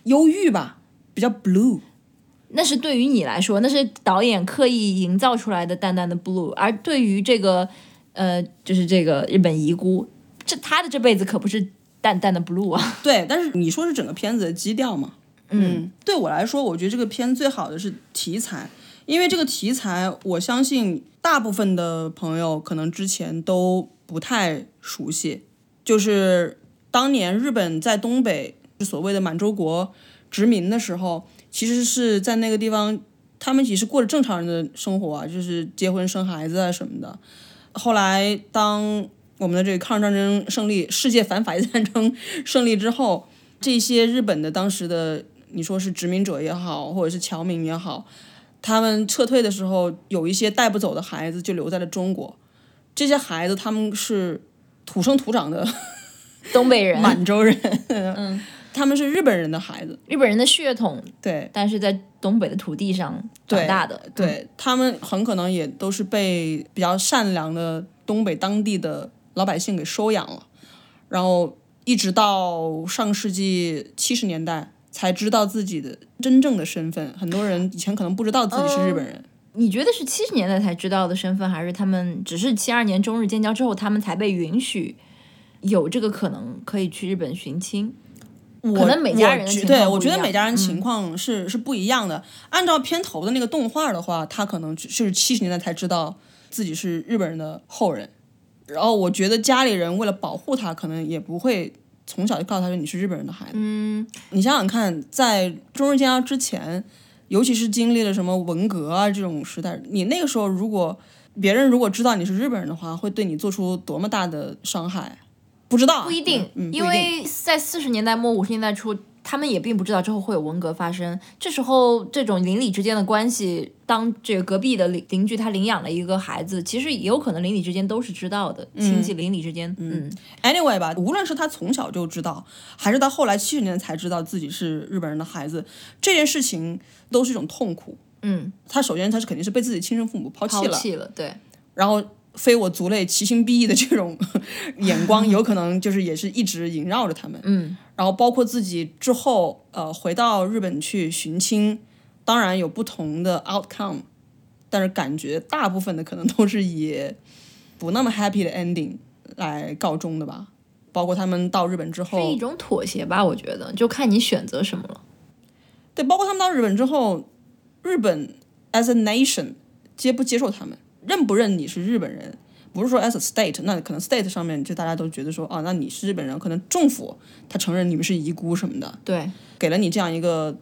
[SPEAKER 1] 忧郁吧，比较 blue。
[SPEAKER 2] 那是对于你来说，那是导演刻意营造出来的淡淡的 blue，而对于这个，呃，就是这个日本遗孤，这他的这辈子可不是淡淡的 blue 啊。
[SPEAKER 1] 对，但是你说是整个片子的基调嘛？嗯，对我来说，我觉得这个片最好的是题材，因为这个题材，我相信大部分的朋友可能之前都不太熟悉，就是当年日本在东北所谓的满洲国殖民的时候，其实是在那个地方，他们也是过着正常人的生活啊，就是结婚生孩子啊什么的。后来当我们的这个抗日战争胜利，世界反法西斯战争胜利之后，这些日本的当时的你说是殖民者也好，或者是侨民也好，他们撤退的时候，有一些带不走的孩子就留在了中国。这些孩子他们是土生土长的
[SPEAKER 2] 东北人，
[SPEAKER 1] 满洲人，嗯， 他们是日本人的孩子，
[SPEAKER 2] 日本人的血统，
[SPEAKER 1] 对
[SPEAKER 2] 但是在东北的土地上长大的，嗯
[SPEAKER 1] 对，他们很可能也都是被比较善良的东北当地的老百姓给收养了，然后一直到上世纪七十年代才知道自己的真正的身份。很多人以前可能不知道自己是日本人，
[SPEAKER 2] 你觉得是七十年代才知道的身份，还是他们只是七二年中日建交之后，他们才被允许有这个可能可以去日本寻亲？可能每家人的
[SPEAKER 1] 我觉
[SPEAKER 2] 情况
[SPEAKER 1] 对，
[SPEAKER 2] 不
[SPEAKER 1] 我
[SPEAKER 2] 一
[SPEAKER 1] 觉得
[SPEAKER 2] 样嗯
[SPEAKER 1] 每家人情况是、是不一样的。按照片头的那个动画的话，他可能就是七十年代才知道自己是日本人的后人。然后我觉得家里人为了保护他，可能也不会从小就告诉他说你是日本人的孩子。嗯，你想想看，在中日建交之前，尤其是经历了什么文革啊这种时代，你那个时候如果别人如果知道你是日本人的话，会对你做出多么大的伤害？不知道啊，
[SPEAKER 2] 不一定，
[SPEAKER 1] 嗯、嗯不一
[SPEAKER 2] 因为在四十年代末五十年代初，他们也并不知道之后会有文革发生。这时候，这种邻里之间的关系，当这个隔壁的邻邻居他领养了一个孩子，其实也有可能邻里之间都是知道的，亲戚邻里之间，嗯，
[SPEAKER 1] Anyway 吧，无论是他从小就知道，还是他后来七十年才知道自己是日本人的孩子，这件事情都是一种痛苦。
[SPEAKER 2] 嗯，
[SPEAKER 1] 他首先他是肯定是被自己亲生父母抛弃
[SPEAKER 2] 抛
[SPEAKER 1] 了，
[SPEAKER 2] 弃了，对，
[SPEAKER 1] 然后非我族类，其心必异的这种眼光，有可能就是也是一直萦绕着他们。
[SPEAKER 2] 嗯，
[SPEAKER 1] 然后包括自己之后呃回到日本去寻亲，当然有不同的 outcome，但是感觉大部分的可能都是以不那么 happy 的 ending 来告终的吧。包括他们到日本之后
[SPEAKER 2] 是，一种妥协吧，我觉得，就看你选择什么了。
[SPEAKER 1] 对，包括他们到日本之后，日本 as a nation 接不接受他们，认不认你是日本人，不是说 as a state，那可能 state 上面就大家都觉得说啊，那你是日本人，可能政府他承认你们是遗孤什么的，
[SPEAKER 2] 对，
[SPEAKER 1] 给了你这样一个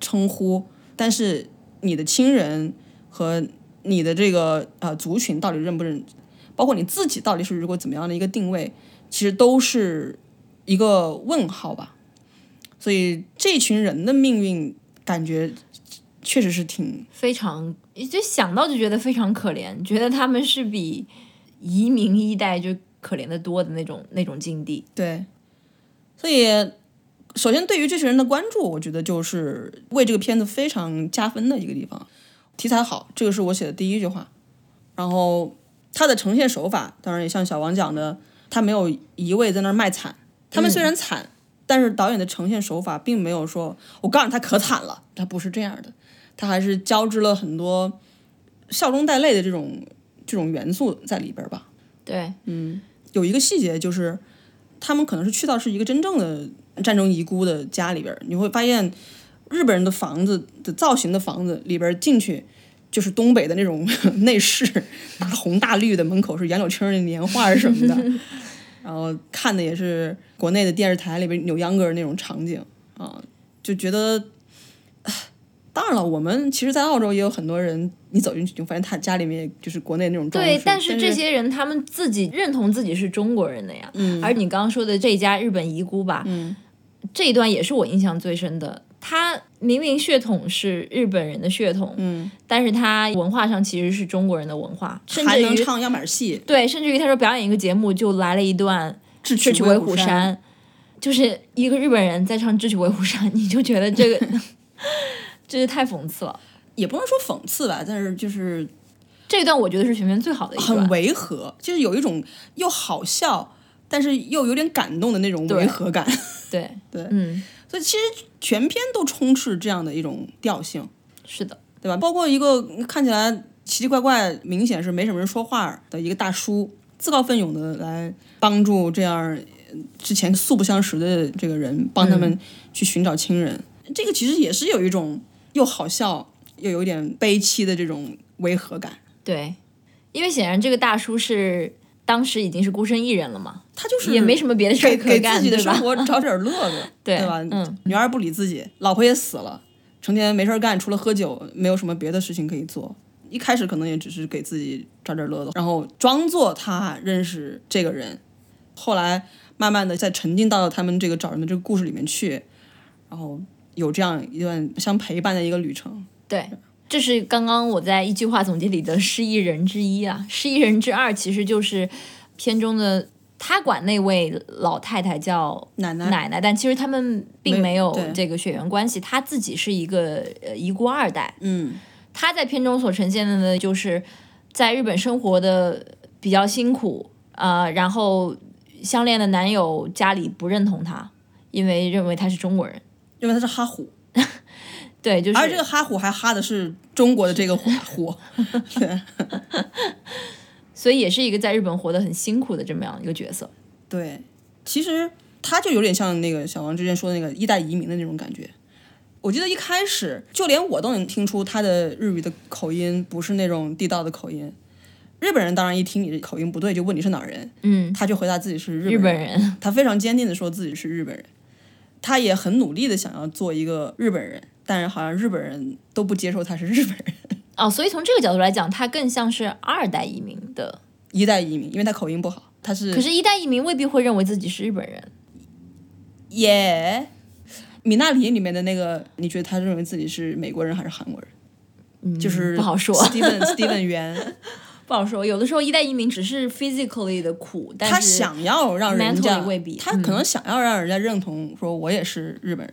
[SPEAKER 1] 称呼，但是你的亲人和你的这个呃族群到底认不认，包括你自己到底是如果怎么样的一个定位，其实都是一个问号吧。所以这群人的命运，感觉确实是挺
[SPEAKER 2] 非常就想到就觉得非常可怜，觉得他们是比移民一代就可怜的多的那种那种境地。
[SPEAKER 1] 对，所以首先对于这群人的关注，我觉得就是为这个片子非常加分的一个地方。题材好，这个是我写的第一句话。然后它的呈现手法，当然也像小王讲的，他没有一味在那儿卖惨。他们虽然惨，但是导演的呈现手法并没有说“我告诉你他可惨了”，他不是这样的，他还是交织了很多笑中带泪的这种这种元素在里边儿吧。
[SPEAKER 2] 对，
[SPEAKER 1] 有一个细节就是，他们可能是去到是一个真正的战争遗孤的家里边儿，你会发现日本人的房子的造型的房子里边儿进去。就是东北的那种 内饰，大红大绿的，门口是杨柳青儿的年画儿什么 的，然后看的也是国内的电视台里边扭秧歌儿那种场景啊，就觉得，唉当然了，我们其实，在澳洲也有很多人，你走进去就发现他家里面就是国内那种装饰，
[SPEAKER 2] 对，但
[SPEAKER 1] 是
[SPEAKER 2] 是这些人他们自己认同自己是中国人的呀。嗯，而你刚刚说的这家日本遗孤吧，嗯，这一段也是我印象最深的。他明明血统是日本人的血统，嗯，但是他文化上其实是中国人的文化，甚
[SPEAKER 1] 还
[SPEAKER 2] 至
[SPEAKER 1] 能
[SPEAKER 2] 于
[SPEAKER 1] 唱样板戏，
[SPEAKER 2] 对，甚至于他说表演一个节目就来了一段
[SPEAKER 1] 智
[SPEAKER 2] 《智取
[SPEAKER 1] 取
[SPEAKER 2] 威
[SPEAKER 1] 虎
[SPEAKER 2] 虎山》，就是一个日本人在唱《智取威虎山》，你就觉得这 个真是太讽刺了。
[SPEAKER 1] 也不能说讽刺吧，但是就是
[SPEAKER 2] 这一段我觉得是全片最好的一段
[SPEAKER 1] 很，违和，就是有一种又好笑，但是又有点感动的那种违和感。
[SPEAKER 2] 对
[SPEAKER 1] 对
[SPEAKER 2] 嗯，
[SPEAKER 1] 所以其实全篇都充斥这样的一种调性，
[SPEAKER 2] 是的，
[SPEAKER 1] 对吧？包括一个看起来奇奇怪怪、明显是没什么人说话的一个大叔，自告奋勇的来帮助这样呃之前素不相识的这个人，帮他
[SPEAKER 2] 嗯
[SPEAKER 1] 们去寻找亲人。这个其实也是有一种又好笑又有点悲戚的这种违和感。
[SPEAKER 2] 对，因为显然这个大叔是当时已经是孤身一人了嘛，
[SPEAKER 1] 他就是
[SPEAKER 2] 也没什么别的事儿
[SPEAKER 1] 给
[SPEAKER 2] 可
[SPEAKER 1] 给
[SPEAKER 2] 干，
[SPEAKER 1] 自己的
[SPEAKER 2] 对
[SPEAKER 1] 生
[SPEAKER 2] 吧？
[SPEAKER 1] 活找点乐子，
[SPEAKER 2] 对
[SPEAKER 1] 吧？
[SPEAKER 2] 嗯，
[SPEAKER 1] 女儿不理自己，老婆也死了，成天没事儿干，除了喝酒，没有什么别的事情可以做。一开始可能也只是给自己找点乐子，然后装作他认识这个人，后来慢慢的再沉浸到他们这个找人的这个故事里面去，然后有这样一段相陪伴的一个旅程。
[SPEAKER 2] 对，这是刚刚我在一句话总结里的“失忆人之一”啊，“失忆人之二”其实就是片中的他管那位老太太叫
[SPEAKER 1] 奶奶
[SPEAKER 2] 奶奶，但其实他们并
[SPEAKER 1] 没
[SPEAKER 2] 没有
[SPEAKER 1] 对
[SPEAKER 2] 这个血缘关系，他自己是一个呃遗孤二代。
[SPEAKER 1] 嗯，
[SPEAKER 2] 他在片中所呈现的呢，就是在日本生活的比较辛苦啊、呃然后相恋的男友家里不认同他，因为认为他是中国人。
[SPEAKER 1] 因为他是哈虎，
[SPEAKER 2] 对，就是
[SPEAKER 1] 而这个哈虎还哈的是中国的这个虎虎，
[SPEAKER 2] 所以也是一个在日本活得很辛苦的这么样一个角色。
[SPEAKER 1] 对，其实他就有点像那个小王之前说的那个一代移民的那种感觉。我记得一开始，就连我都能听出他的日语的口音不是那种地道的口音。日本人当然一听你的口音不对，就问你是哪儿人，
[SPEAKER 2] 嗯，
[SPEAKER 1] 他就回答自己是日
[SPEAKER 2] 日本
[SPEAKER 1] 本人。
[SPEAKER 2] 人，
[SPEAKER 1] 他非常坚定的说自己是日本人，他也很努力的想要做一个日本人，但是好像日本人都不接受他是日本人，
[SPEAKER 2] 哦，所以从这个角度来讲，他更像是二代移民的。
[SPEAKER 1] 一代移民，因为他口音不好，他是
[SPEAKER 2] 可是，一代移民未必会认为自己是日本人。
[SPEAKER 1] 耶，米娜里里面的那个，你觉得他认为自己是美国人还是韩国人？
[SPEAKER 2] 嗯，
[SPEAKER 1] 就是
[SPEAKER 2] 不好说，
[SPEAKER 1] Steven Steven 原，
[SPEAKER 2] 不好说。有的时候一代移民只是 physically 的苦，但是
[SPEAKER 1] 他想要让人家
[SPEAKER 2] mentally 未必嗯
[SPEAKER 1] 他可能想要让人家认同，说我也是日本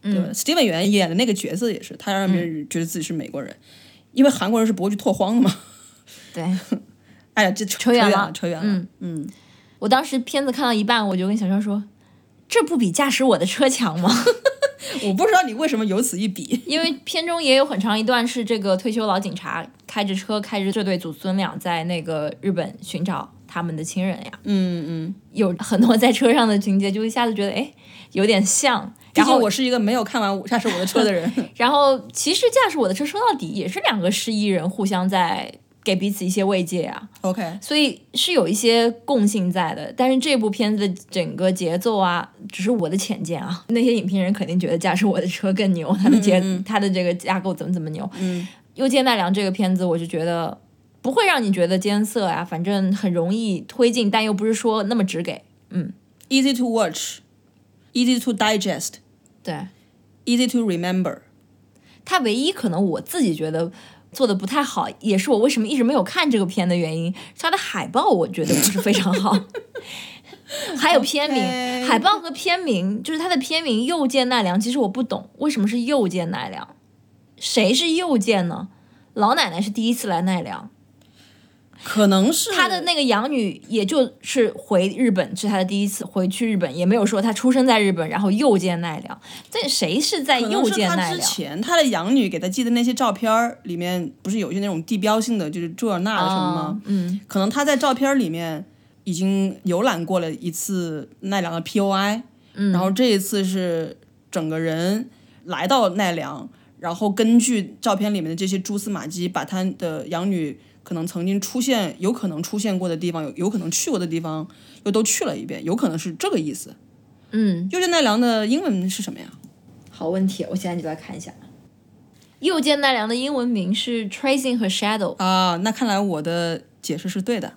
[SPEAKER 1] 人，对吧
[SPEAKER 2] 嗯
[SPEAKER 1] ？Steven 原演的那个角色也是，他让别人觉得自己是美国人，因为韩国人是不会去拓荒的嘛。
[SPEAKER 2] 对，
[SPEAKER 1] 哎呀，这扯
[SPEAKER 2] 远
[SPEAKER 1] 远
[SPEAKER 2] 了
[SPEAKER 1] 了，扯远了。
[SPEAKER 2] 嗯
[SPEAKER 1] 嗯，
[SPEAKER 2] 我当时片子看到一半，我就跟小张说：“这不比驾驶我的车强吗？”
[SPEAKER 1] 我不知道你为什么有此一比。
[SPEAKER 2] 因为片中也有很长一段是这个退休老警察开着车，开着这对祖孙俩在那个日本寻找他们的亲人呀。
[SPEAKER 1] 嗯嗯，
[SPEAKER 2] 有很多在车上的情节，就一下子觉得哎，有点像。
[SPEAKER 1] 毕
[SPEAKER 2] 然
[SPEAKER 1] 竟
[SPEAKER 2] 后
[SPEAKER 1] 我是一个没有看完《驾驶我的车》的 人。
[SPEAKER 2] 然后其实驾驶我的车说到底也是两个失忆人互相在给彼此一些慰藉啊，
[SPEAKER 1] OK，
[SPEAKER 2] 所以是有一些共性在的。但是这部片子的整个节奏啊，只是我的浅见啊， 那些影评人肯定觉得驾驶我的车更牛，它的节、它的这个架构怎么怎么牛。
[SPEAKER 1] 嗯，
[SPEAKER 2] 又见奈良这个片子，我就觉得不会让你觉得艰涩啊，反正很容易推进，但又不是说那么直给。
[SPEAKER 1] easy to watch, easy to digest,
[SPEAKER 2] 对，
[SPEAKER 1] easy to remember。
[SPEAKER 2] 它唯一可能我自己觉得做的不太好，也是我为什么一直没有看这个片的原因。是它的海报我觉得不是非常好， 还有片名
[SPEAKER 1] OK
[SPEAKER 2] 海报和片名就是它的片名“右见奈良”，其实我不懂为什么是右见奈良，谁是右见呢？老奶奶是第一次来奈良，
[SPEAKER 1] 可能是
[SPEAKER 2] 她的那个养女也就是回日本，是她的第一次回去日本，也没有说她出生在日本，然后右见奈良。这谁是在
[SPEAKER 1] 可能
[SPEAKER 2] 右
[SPEAKER 1] 是
[SPEAKER 2] 见奈
[SPEAKER 1] 他之
[SPEAKER 2] 良？
[SPEAKER 1] 前他的养女给他寄的那些照片儿里面，不是有一些那种地标性的，就是这那的什么
[SPEAKER 2] 啊
[SPEAKER 1] 吗？，
[SPEAKER 2] 嗯，
[SPEAKER 1] 可能他在照片儿里面已经浏览过了一次奈良的 POI，、
[SPEAKER 2] 嗯
[SPEAKER 1] 然后这一次是整个人来到奈良，然后根据照片里面的这些蛛丝马迹，把他的养女可能曾经出现、有可能出现过的地方，有有可能去过的地方，又都去了一遍，有可能是这个意思。
[SPEAKER 2] 嗯，
[SPEAKER 1] 优见奈良的英文是什么呀？
[SPEAKER 2] 好问题，我现在就来看一下。右见奈良的英文名是 Tracing 和 Shadow。
[SPEAKER 1] 啊，那看来我的解释是对的。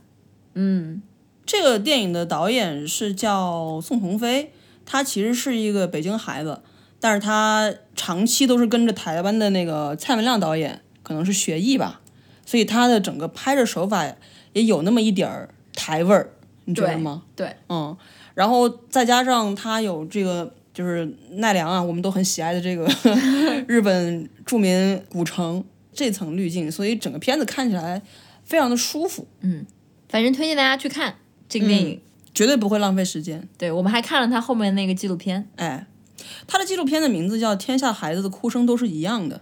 [SPEAKER 2] 嗯
[SPEAKER 1] 这个电影的导演是叫宋鸿飞，他其实是一个北京孩子，但是他长期都是跟着台湾的那个蔡文亮导演，可能是学艺吧，所以他的整个拍摄手法也有那么一点儿台味儿，你觉得吗？
[SPEAKER 2] 对，
[SPEAKER 1] 嗯，然后再加上他有这个就是奈良啊，我们都很喜爱的这 个日本著名古城这层滤镜，所以整个片子看起来非常的舒服，
[SPEAKER 2] 反正推荐大家去看这个电影。
[SPEAKER 1] 绝对不会浪费时间。
[SPEAKER 2] 对我们还看了他后面那个纪录片，
[SPEAKER 1] 哎，他的纪录片的名字叫《天下孩子的哭声都是一样的》。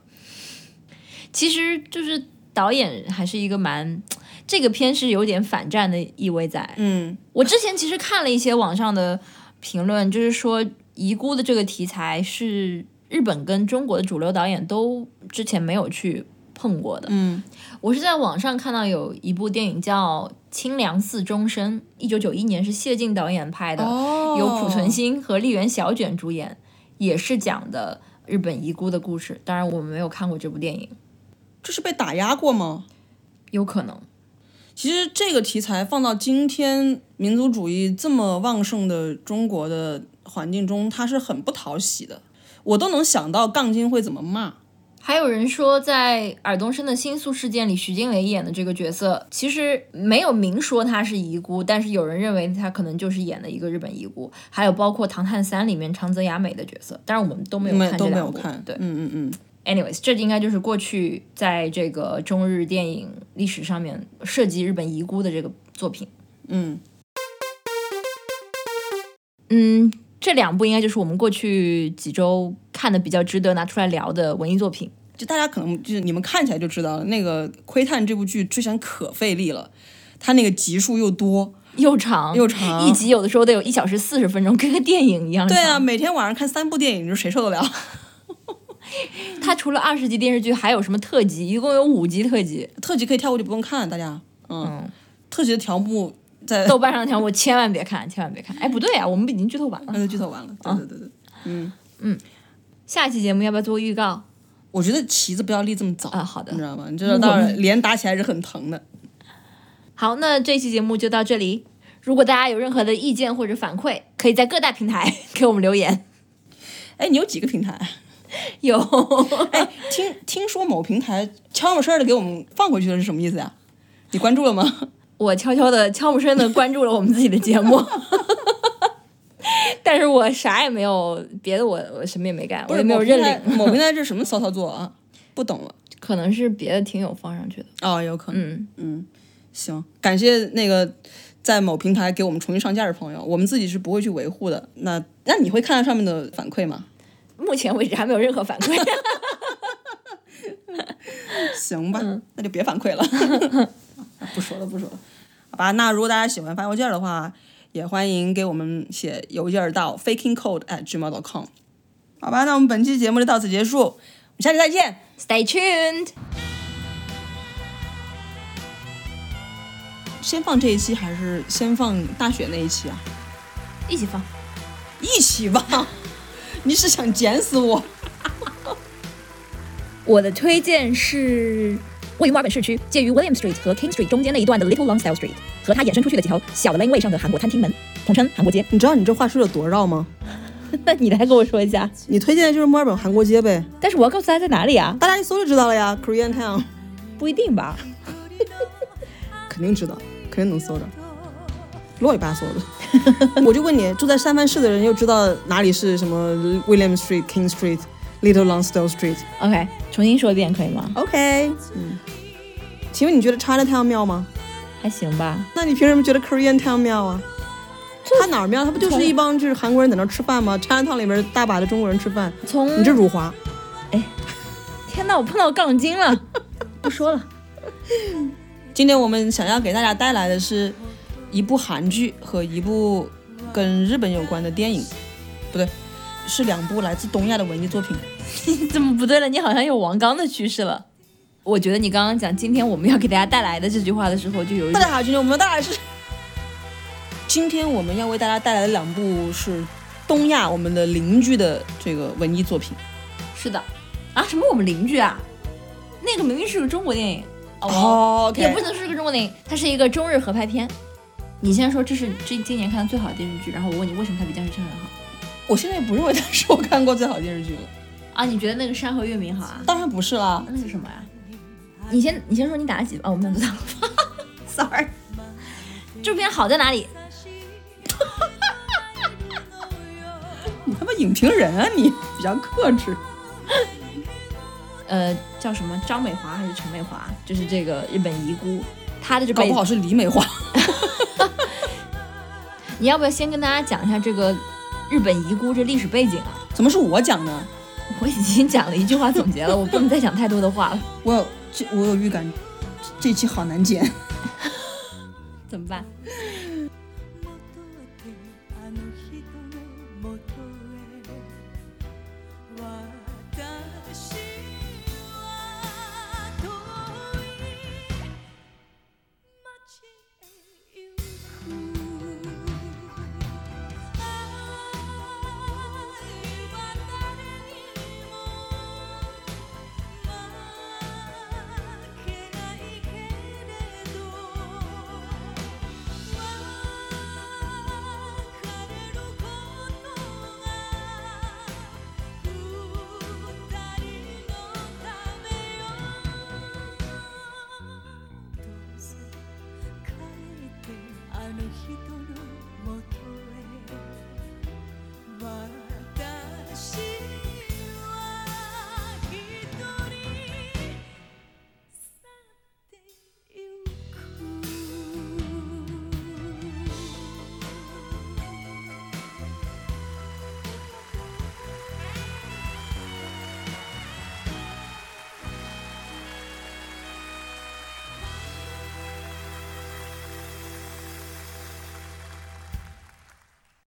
[SPEAKER 2] 其实就是导演还是一个蛮。这个片是有点反战的意味在。
[SPEAKER 1] 嗯，
[SPEAKER 2] 我之前其实看了一些网上的评论，就是说遗孤的这个题材是日本跟中国的主流导演都之前没有去碰过的。
[SPEAKER 1] 嗯，
[SPEAKER 2] 我是在网上看到有一部电影叫《清凉寺钟声》，一九九一年是谢晋导演拍的，
[SPEAKER 1] 哦
[SPEAKER 2] 由濮存昕和丽媛小卷主演，也是讲的日本遗孤的故事。当然，我没有看过这部电影，
[SPEAKER 1] 这是被打压过吗？
[SPEAKER 2] 有可能。
[SPEAKER 1] 其实这个题材放到今天民族主义这么旺盛的中国的环境中，它是很不讨喜的。我都能想到杠精会怎么骂，
[SPEAKER 2] 还有人说，在尔冬升的《新宿事件》里，徐静蕾演的这个角色，其实没有明说她是遗孤，但是有人认为她可能就是演的一个日本遗孤。还有包括《唐探三》里面长泽雅美的角色，但是我们都没有
[SPEAKER 1] 没
[SPEAKER 2] 看
[SPEAKER 1] 都
[SPEAKER 2] 这
[SPEAKER 1] 没
[SPEAKER 2] 两
[SPEAKER 1] 有
[SPEAKER 2] 部。
[SPEAKER 1] 看，
[SPEAKER 2] 对
[SPEAKER 1] 嗯嗯嗯，
[SPEAKER 2] ，anyways，这应该就是过去在这个中日电影历史上面涉及日本遗孤的这个作品。
[SPEAKER 1] 嗯，
[SPEAKER 2] 嗯，这两部应该就是我们过去几周看的比较值得拿出来聊的文艺作品。
[SPEAKER 1] 就大家可能就是你们看起来就知道了，那个《窥探》这部剧之前可费力了，它那个集数又多，
[SPEAKER 2] 又长
[SPEAKER 1] 又长
[SPEAKER 2] 一集有的时候得有一小时四十分钟，跟个电影一样长。
[SPEAKER 1] 对啊，，每天晚上看三部电影，你说谁受得了？
[SPEAKER 2] 它除了二十集电视剧，还有什么特辑？一共有五集特辑。
[SPEAKER 1] 特辑可以跳过就不用看了，大家，嗯，
[SPEAKER 2] 嗯，
[SPEAKER 1] 特辑的条目在
[SPEAKER 2] 豆瓣上的条我千万别看，千万别看。哎，不对啊，我们已经剧透完了。
[SPEAKER 1] 那就剧透完了，对对对对，
[SPEAKER 2] 下期节目要不要做个预告？
[SPEAKER 1] 我觉得旗子不要立这么早
[SPEAKER 2] 啊好的
[SPEAKER 1] 你知道吗？你知道到了脸打起来是很疼的。
[SPEAKER 2] 好，那这期节目就到这里。如果大家有任何的意见或者反馈，可以在各大平台 给我们留言。
[SPEAKER 1] 哎，你有几个平台？
[SPEAKER 2] 有，
[SPEAKER 1] 哎，听听说某平台悄没事儿的给我们放回去了，是什么意思呀？你关注了吗？
[SPEAKER 2] 我悄悄的、悄无声的关注了我们自己的节目， 但是我啥也没有，别的我我什么也没干， 我也没有认领，
[SPEAKER 1] 领。某平台这什么骚操作啊？不懂了。
[SPEAKER 2] 可能是别的听友放上去的。
[SPEAKER 1] 哦，有可能。
[SPEAKER 2] 嗯，
[SPEAKER 1] 行，感谢那个在某平台给我们重新上架的朋友，我们自己是不会去维护的。那那你会看到上面的反馈吗？
[SPEAKER 2] 目前为止还没有任何反馈。
[SPEAKER 1] 行吧，那就别反馈了。嗯 不说了，不说了，好吧。那如果大家喜欢发邮件的话，也欢迎给我们写邮件到 fakingcode at gmail.com。好吧，那我们本期节目就到此结束，我们下期再见。
[SPEAKER 2] Stay tuned。
[SPEAKER 1] 先放这一期还是先放大雪那一期啊？
[SPEAKER 2] 一起放。
[SPEAKER 1] 一起吧。 你是想剪死我？
[SPEAKER 2] 我的推荐是位于墨尔本市区，介于 William Street 和 King Street 中间那一段的 Little Longstyle Street，和它衍生出去的几条小的 laneway 上的韩国餐厅门，统称韩国街。
[SPEAKER 1] 你知道你这话说有多绕吗？
[SPEAKER 2] 那 你来跟我说一下，
[SPEAKER 1] 你推荐的就是墨尔本韩国街呗，
[SPEAKER 2] 但是我要告诉大家在哪里啊？
[SPEAKER 1] 大家一搜就知道了呀。Korean Town
[SPEAKER 2] 不一定吧。
[SPEAKER 1] 肯定知道，肯定能搜着，乱七八糟的。 我就问你，住在三藩市的人又知道哪里是什么 William Street、King Street、Little Lonsdale Street？OK，、
[SPEAKER 2] OK，重新说一遍可以吗？
[SPEAKER 1] 嗯，请问你觉得 China Town 妙吗？
[SPEAKER 2] 还行吧。
[SPEAKER 1] 那你凭什么觉得 Korean Town 妙啊？它哪儿妙？它不就是一帮就是韩国人在那儿吃饭吗？China Town 里面大把的中国人吃饭，
[SPEAKER 2] 从
[SPEAKER 1] 你这辱华。
[SPEAKER 2] 天呐，我碰到杠精了， 不说了。
[SPEAKER 1] 今天我们想要给大家带来的是一部韩剧和一部跟日本有关的电影，不对，是两部来自东亚的文艺作品。
[SPEAKER 2] 怎么不对了？你好像有王刚的趋势了。我觉得你刚刚讲今天我们要给大家带来的这句话的时候，就有一
[SPEAKER 1] 大
[SPEAKER 2] 种
[SPEAKER 1] 家好，今天我们带来是，今天我们要为大家带来的两部是东亚我们的邻居的这个文艺作品。
[SPEAKER 2] 是的啊，什么我们邻居啊，那个明明是个中国电影哦，
[SPEAKER 1] 哦
[SPEAKER 2] 也不能说是个中国电影，它是一个中日合拍片。你先说这是这今年看的最好的电视剧，然后我问你为什么它比《僵尸情人》好
[SPEAKER 1] 我现在不认为它是我看过最好的电视剧了，
[SPEAKER 2] 啊？你觉得那个《山河月明》好啊？
[SPEAKER 1] 当然不是啦。
[SPEAKER 2] 那是什么呀？你先你先说你打了 几分？哦，我没有做到，sorry。这片好在哪里？
[SPEAKER 1] 你 他妈影评人啊你，比较克制。
[SPEAKER 2] 呃，叫什么张美华还是陈美华？就是这个日本遗孤，她的这
[SPEAKER 1] 搞
[SPEAKER 2] 辈
[SPEAKER 1] 不
[SPEAKER 2] 子
[SPEAKER 1] 好，是李美华。
[SPEAKER 2] 你要不要先跟大家讲一下这个日本遗孤这历史背景啊？
[SPEAKER 1] 怎么是我讲呢？
[SPEAKER 2] 我已经讲了一句话总结了，我不能再讲太多的话了，
[SPEAKER 1] 我有这，我有预感，这这期好难剪。
[SPEAKER 2] 怎么办？
[SPEAKER 3] 「あの人のもとへ」「私は遠い町へ行く」「愛は誰にも負けないけれど」「の